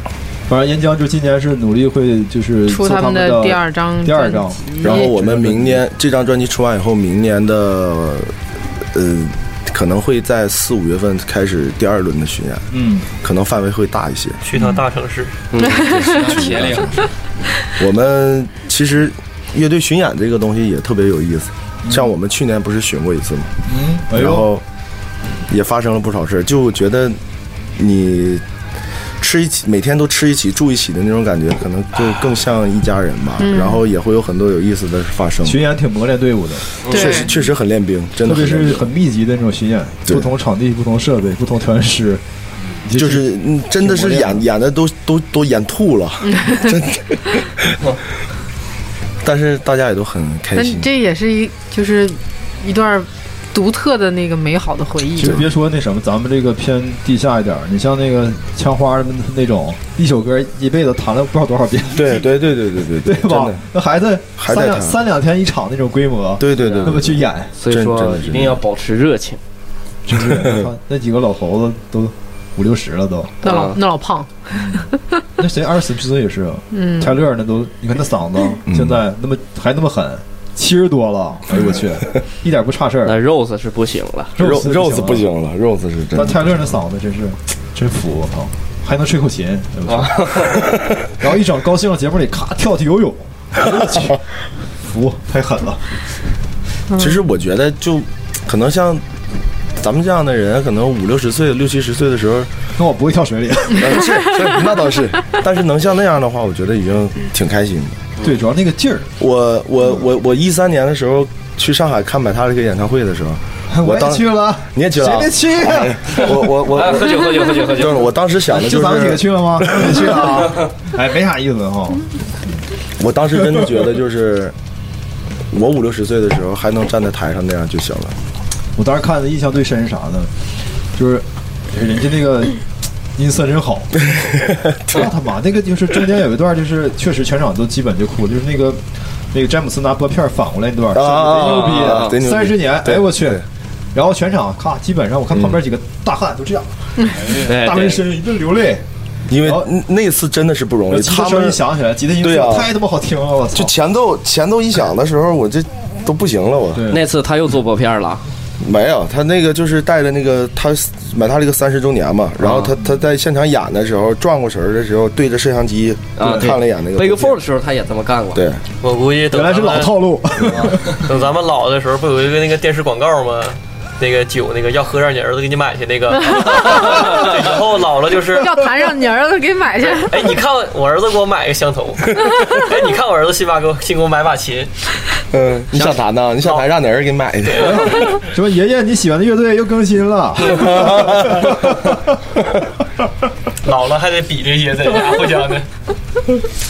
B: 反正岩浆就今年是努力会就是
A: 出
B: 做
A: 他
B: 他
A: 们的
B: 的
A: 第二张
B: 第二张
A: 专，
C: 然后我们明年这张专辑出完以后，明年的呃可能会在四五月份开始第二轮的巡演，
B: 嗯，
C: 可能范围会大一些。
D: 去趟大城市，
E: 铁 岭，
C: 我们其实乐队巡演这个东西也特别有意思，像我们去年不是巡过一次吗？
B: 嗯哎
C: 然
B: 呦，
C: 后也发生了不少事儿，就觉得你吃一起，每天都吃一起、住一起的那种感觉，可能就更像一家人吧。然后也会有很多有意思的发
B: 嗯
C: 生，
B: 巡演挺磨练队伍的，
A: 对
C: 确实确实很练兵，真
B: 特
C: 的
B: 别
C: 很练
B: 是
C: 兵。
B: 很密集的那种巡演，
C: 对
B: 不同场地、不同设备、不同团师，就
C: 就是嗯真的是
B: 挺磨练
C: 演演的都都都演吐了，真的。哦 但是大家也都很开
A: 但
C: 心，
A: 这也是一就是一段独特的那个美好的回忆
B: 其实。别说那什么，咱们这个偏地下一点儿，你像那个枪花儿那种，一首歌一辈子弹了不知道多少遍，
C: 对对对对对对
B: 对
C: 对，真
B: 吧
C: 的，？
B: 那还在
C: 还
B: 三
C: 在
B: 两
C: 弹
B: 三两天一场那种规模，
C: 对对对
B: 那么
C: 对
B: 去演，
F: 所以
C: 真真
F: 说
C: 的是
F: 一定要保持热情。
B: 真是 你看那几个老猴子都五六十了都，
A: 那老
F: 啊
A: 那老 胖，
B: 那谁二十岁也是啊，
A: 嗯，
B: 泰勒儿那都，你看那嗓子
C: 嗯
B: 现在那么还那么狠，七十多了，哎呦我 去，一点不差事
F: 那
B: 儿，
F: Rose 是不行了，
C: 肉
B: 丝
C: 肉子不
B: 行了，
C: 行嗯了，肉子是真
B: 但
C: 的。
B: 泰勒儿那嗓子真是真服我操，还能吹口琴，哎我操 然后一整高兴的节目里咔跳起游泳，哎呦我去，服太狠了，
C: 其实我觉得就可能像咱们这样的人，可能五六十岁、六七十岁的时候，
B: 那我不会跳水里。
C: 呃是是那倒是，但是能像那样的话，我觉得已经挺开心的。
B: 对，主要那个劲儿，
C: 我我我我一三年的时候去上海看百他这个演唱会的时候，嗯我
B: 也
C: 当
B: 去了，
C: 你也去了
B: 谁
C: 啊
B: 没去呀？
C: 我我我
F: 哎，喝酒喝酒喝酒喝
C: 就是
F: 酒，
C: 我当时想的
B: 就
C: 就
B: 咱们几个
C: 是，
B: 去了吗？没去 啊，哎，没啥意思哈。
C: 我当时真的觉得就是。我五六十岁的时候还能站在台上那样就行了，
B: 我当时看的印象最深是啥呢？就是人家那 个音色真好，那他妈那个就是中间有一段就是确实全场都基本就哭，就是那个那个詹姆斯拿拨片反过来那段，
C: 啊
B: 真的贼牛逼，
C: 啊啊啊
B: 三十年，
C: 对
B: 哎我去
C: 对。
B: 然后全场咔，基本上我看旁边几个大汉都这样，
C: 嗯
F: 哎
B: 大纹身一顿流泪。
C: 因为
B: 哦
C: 那次真的是不容
B: 然后
C: 易。
B: 吉他
C: 他
B: 声
C: 们
B: 一响起来，吉他音
C: 对
B: 色
C: 啊
B: 太他妈好听了，我
C: 就
B: 操！
C: 前奏前奏一响的时候，我这都不行了，我
B: 对
F: 那次他又做薄片了，
C: 没有他那个就是带着那个他买他这个三十周年嘛，然后他他在现场演的时候转过神儿的时候，对着摄像机
F: 啊对
C: 看了一眼那个
F: 背个
C: 图片
F: four 的时候他也这么干过。
C: 对，
D: 我估计等
B: 原来是
D: 咱们
B: 老套路，
D: 等咱们老的时候，不有一个那个电视广告吗？那个酒，那个要喝让你儿子给你买 去那个，对以后老了就是，
A: 要谈让你儿子给买去。
D: 哎，你看我儿子给我买个 香头，哎，你看我儿子新妈给我新给我买把琴，
C: 嗯，你想谈呢？你想谈让哪人给买去？
B: 什么爷爷你喜欢的乐队又更新 了，
D: 老了还得比这些，在家互相的。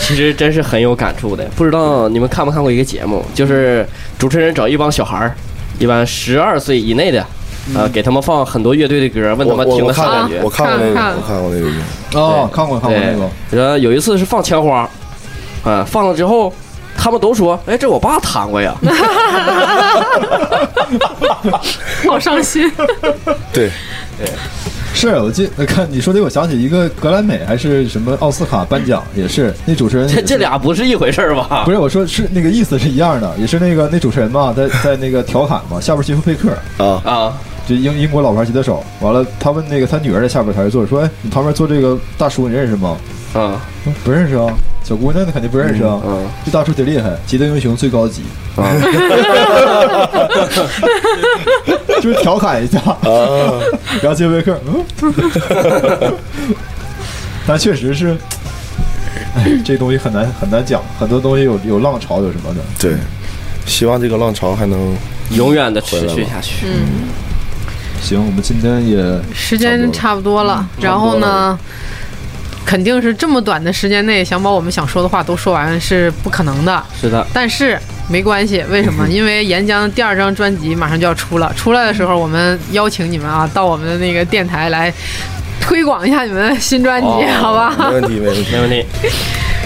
F: 其实真是很有感触的。不知道你们看没看过一个节目，就是主持人找一帮小孩儿，一般十二岁以内的，呃，给他们放很多乐队的啊歌，问
C: 我
F: 他们听
C: 我
F: 了
C: 我
F: 啥
C: 看
F: 感
C: 过，
F: 觉
C: 我。看过那
A: 看
C: 个，我看过那个，
B: 哦，看过看过那
F: 对
B: 个，，
F: 然后有一次是放枪花，啊，放了之后。他们都说：“哎，这我爸弹过呀，
A: 好伤心。
C: 对，
B: 是我记得看你说的，我想起一个格莱美还是什么奥斯卡颁奖，也是那主持人也
F: 这
B: 是
F: 这俩不是一回事儿吧
B: 不？是我说是那个意思是一样的，也是那个那主持人嘛，在在那个调侃嘛，下边欺负贝克，
C: 啊，
F: 啊，
B: 就英英国老牌吉他手，完了他问那个他女儿在下边台坐着，说哎你旁边坐这个大叔你认识吗？
F: 嗯
B: 嗯不认识啊，小姑娘那肯定不认识啊，
F: 嗯啊
B: 这大叔贼厉害，吉他英雄最高级， 就是调侃一下，
F: 啊
B: 然后接贝克，嗯， 但确实是，哎，这东西很难很难讲，很多东西有有浪潮有什么的，
C: 对，希望这个浪潮还能
F: 永远的持续下去。
B: 行，我们今天也
F: 嗯
A: 时间差不多了，然后呢，肯定是这么短的时间内想把我们想说的话都说完是不可能的。
F: 是的，
A: 但是没关系，为 什么？因为岩浆第二张专辑马上就要出了，出来的时候我们邀请你们啊，到我们的那个电台来推广一下你们的新专辑，
F: 哦
A: 好吧？
C: 没问题，没问题。
F: 没问题。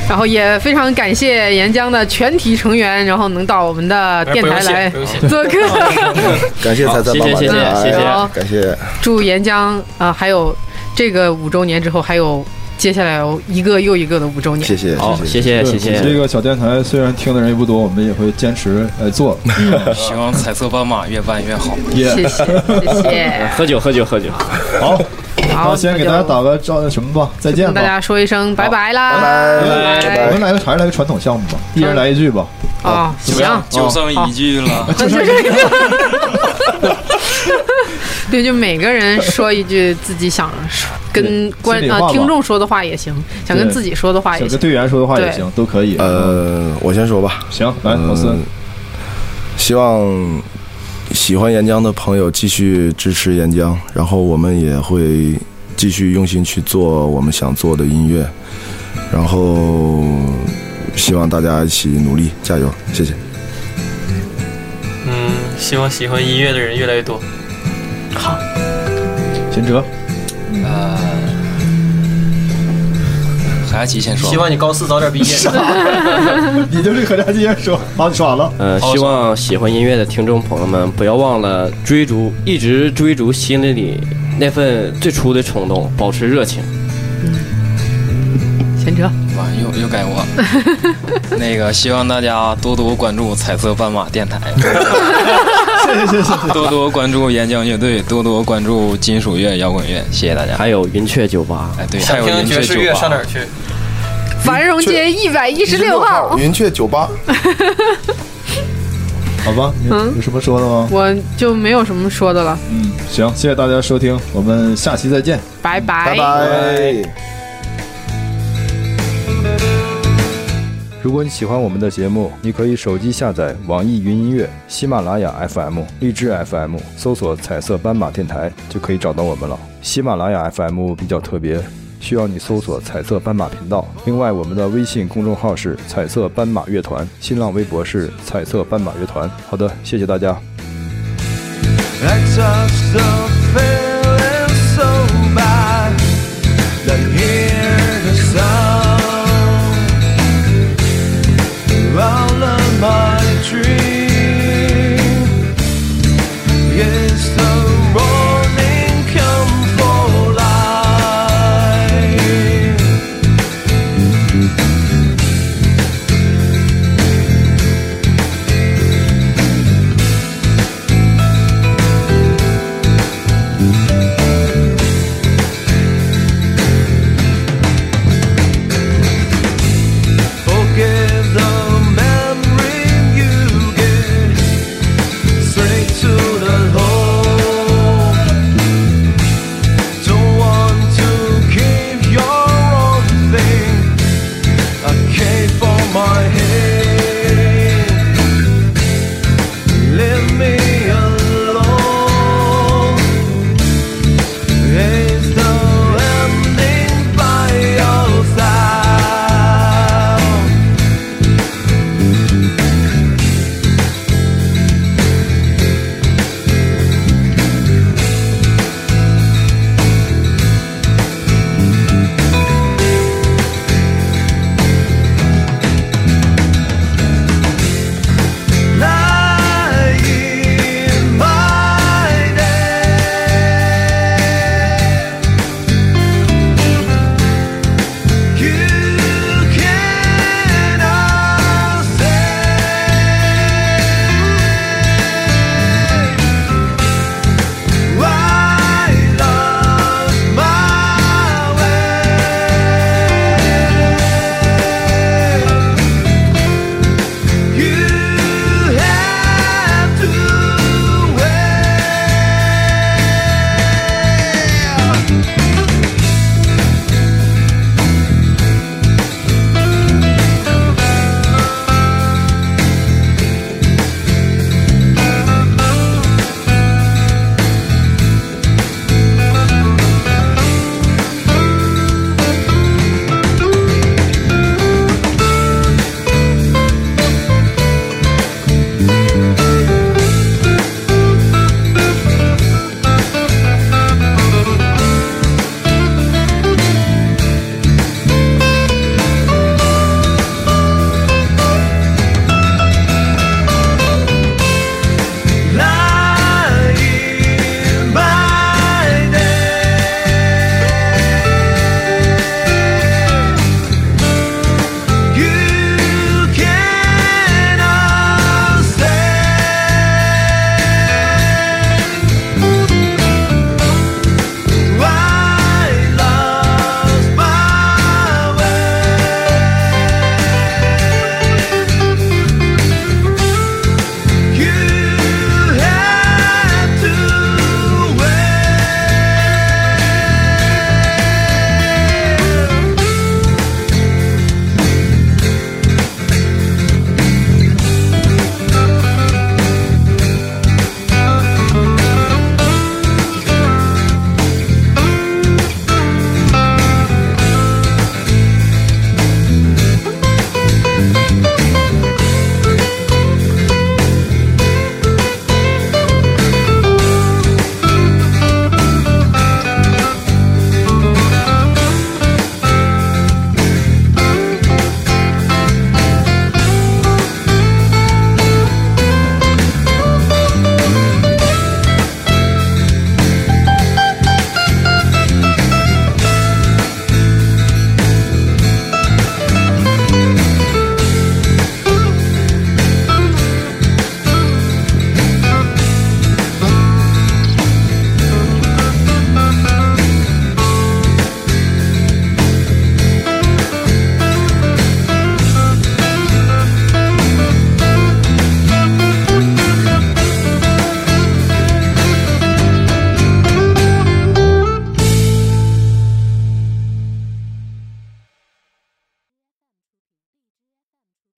A: 然后也非常感谢岩浆的全体成员，然后能到我们的电台来
D: 哎不用谢，
A: 做客。
C: 感谢
F: 好
C: 彩彩
F: 谢
C: 爸
F: 谢
C: 爸
F: 谢谢
C: 的
F: 谢谢
C: 爱，啊感谢。
A: 祝岩浆啊、呃还有这个五周年之后，还有接下来有一个又一个的五周年。
C: 谢谢，
F: 好，谢谢谢
B: 对我们这
F: 谢。
B: 个小电台虽然听的人也不多，我们也会坚持 来做。嗯
E: 希望彩色斑马越办越好。
B: 也
A: 谢谢，谢谢。
F: 喝酒喝酒喝酒，
B: 好，
A: 好，
B: 那先给大家打个招什么吧，再见
A: 跟大
B: 吧。嗯
A: 家说一声拜拜啦，哦
C: 拜
A: 拜嗯
B: 我们来个还是来个传统项目吧，一人来一句吧。
A: 啊，
B: 怎
A: 行
B: 么样，
E: 就剩一句了，
A: 那 就这个。 对，就每个人说一句自己想说跟
B: 对
A: 观
B: 心里话
A: 啊
B: 吧
A: 听众说的话也行，想跟
B: 对
A: 自己说的话也
B: 想跟
A: 行。
B: 队员说的话也
A: 对
B: 行，都可以。
C: 呃，我先说吧，
B: 行，来，老四，
C: 嗯希望喜欢岩浆的朋友继续支持岩浆，然后我们也会继续用心去做我们想做的音乐，然后希望大家一起努力加油，谢谢。
D: 嗯，希望喜欢音乐的人越来越多。
B: 秦哲，
E: 海牙奇先说吧。
D: 希望你高四早点毕业。
B: 你就是何家劲说，好，你说完了。
F: 呃，希望喜欢音乐的听众朋友们不要忘了追逐，一直追逐心里里那份最初的冲动，保持热情。
A: 贤哲，
E: 哇，又又该我。那个，希望大家多多关注彩色斑马电台，
B: 谢谢，谢谢。
E: 多多关注岩浆乐队，多多关注金属乐、摇滚乐。谢谢大家。
F: 还有云雀酒吧，
E: 哎，对，还
D: 想
E: 有
D: 听
E: 云
D: 爵
E: 雀
D: 士乐
E: 酒
D: 上
E: 吧
D: 哪，儿去？
A: 繁荣街一百一十六号。
C: 云雀酒吧，
B: 好吧，你
A: 嗯
B: 有什么说的吗？
A: 我就没有什么说的了，
B: 嗯，行，谢谢大家收听，我们下期再见。
A: 拜拜。
C: 拜拜。
G: 如果你喜欢我们的节目，你可以手机下载网易云音乐、喜马拉雅 FM、荔枝 FM，搜索“彩色斑马电台”就可以找到我们了。喜马拉雅 FM 比较特别，需要你搜索“彩色斑马频道”。另外，我们的微信公众号是“彩色斑马乐团”，新浪微博是“彩色斑马乐团”。好的，谢谢大家。
H: Let's have some fun.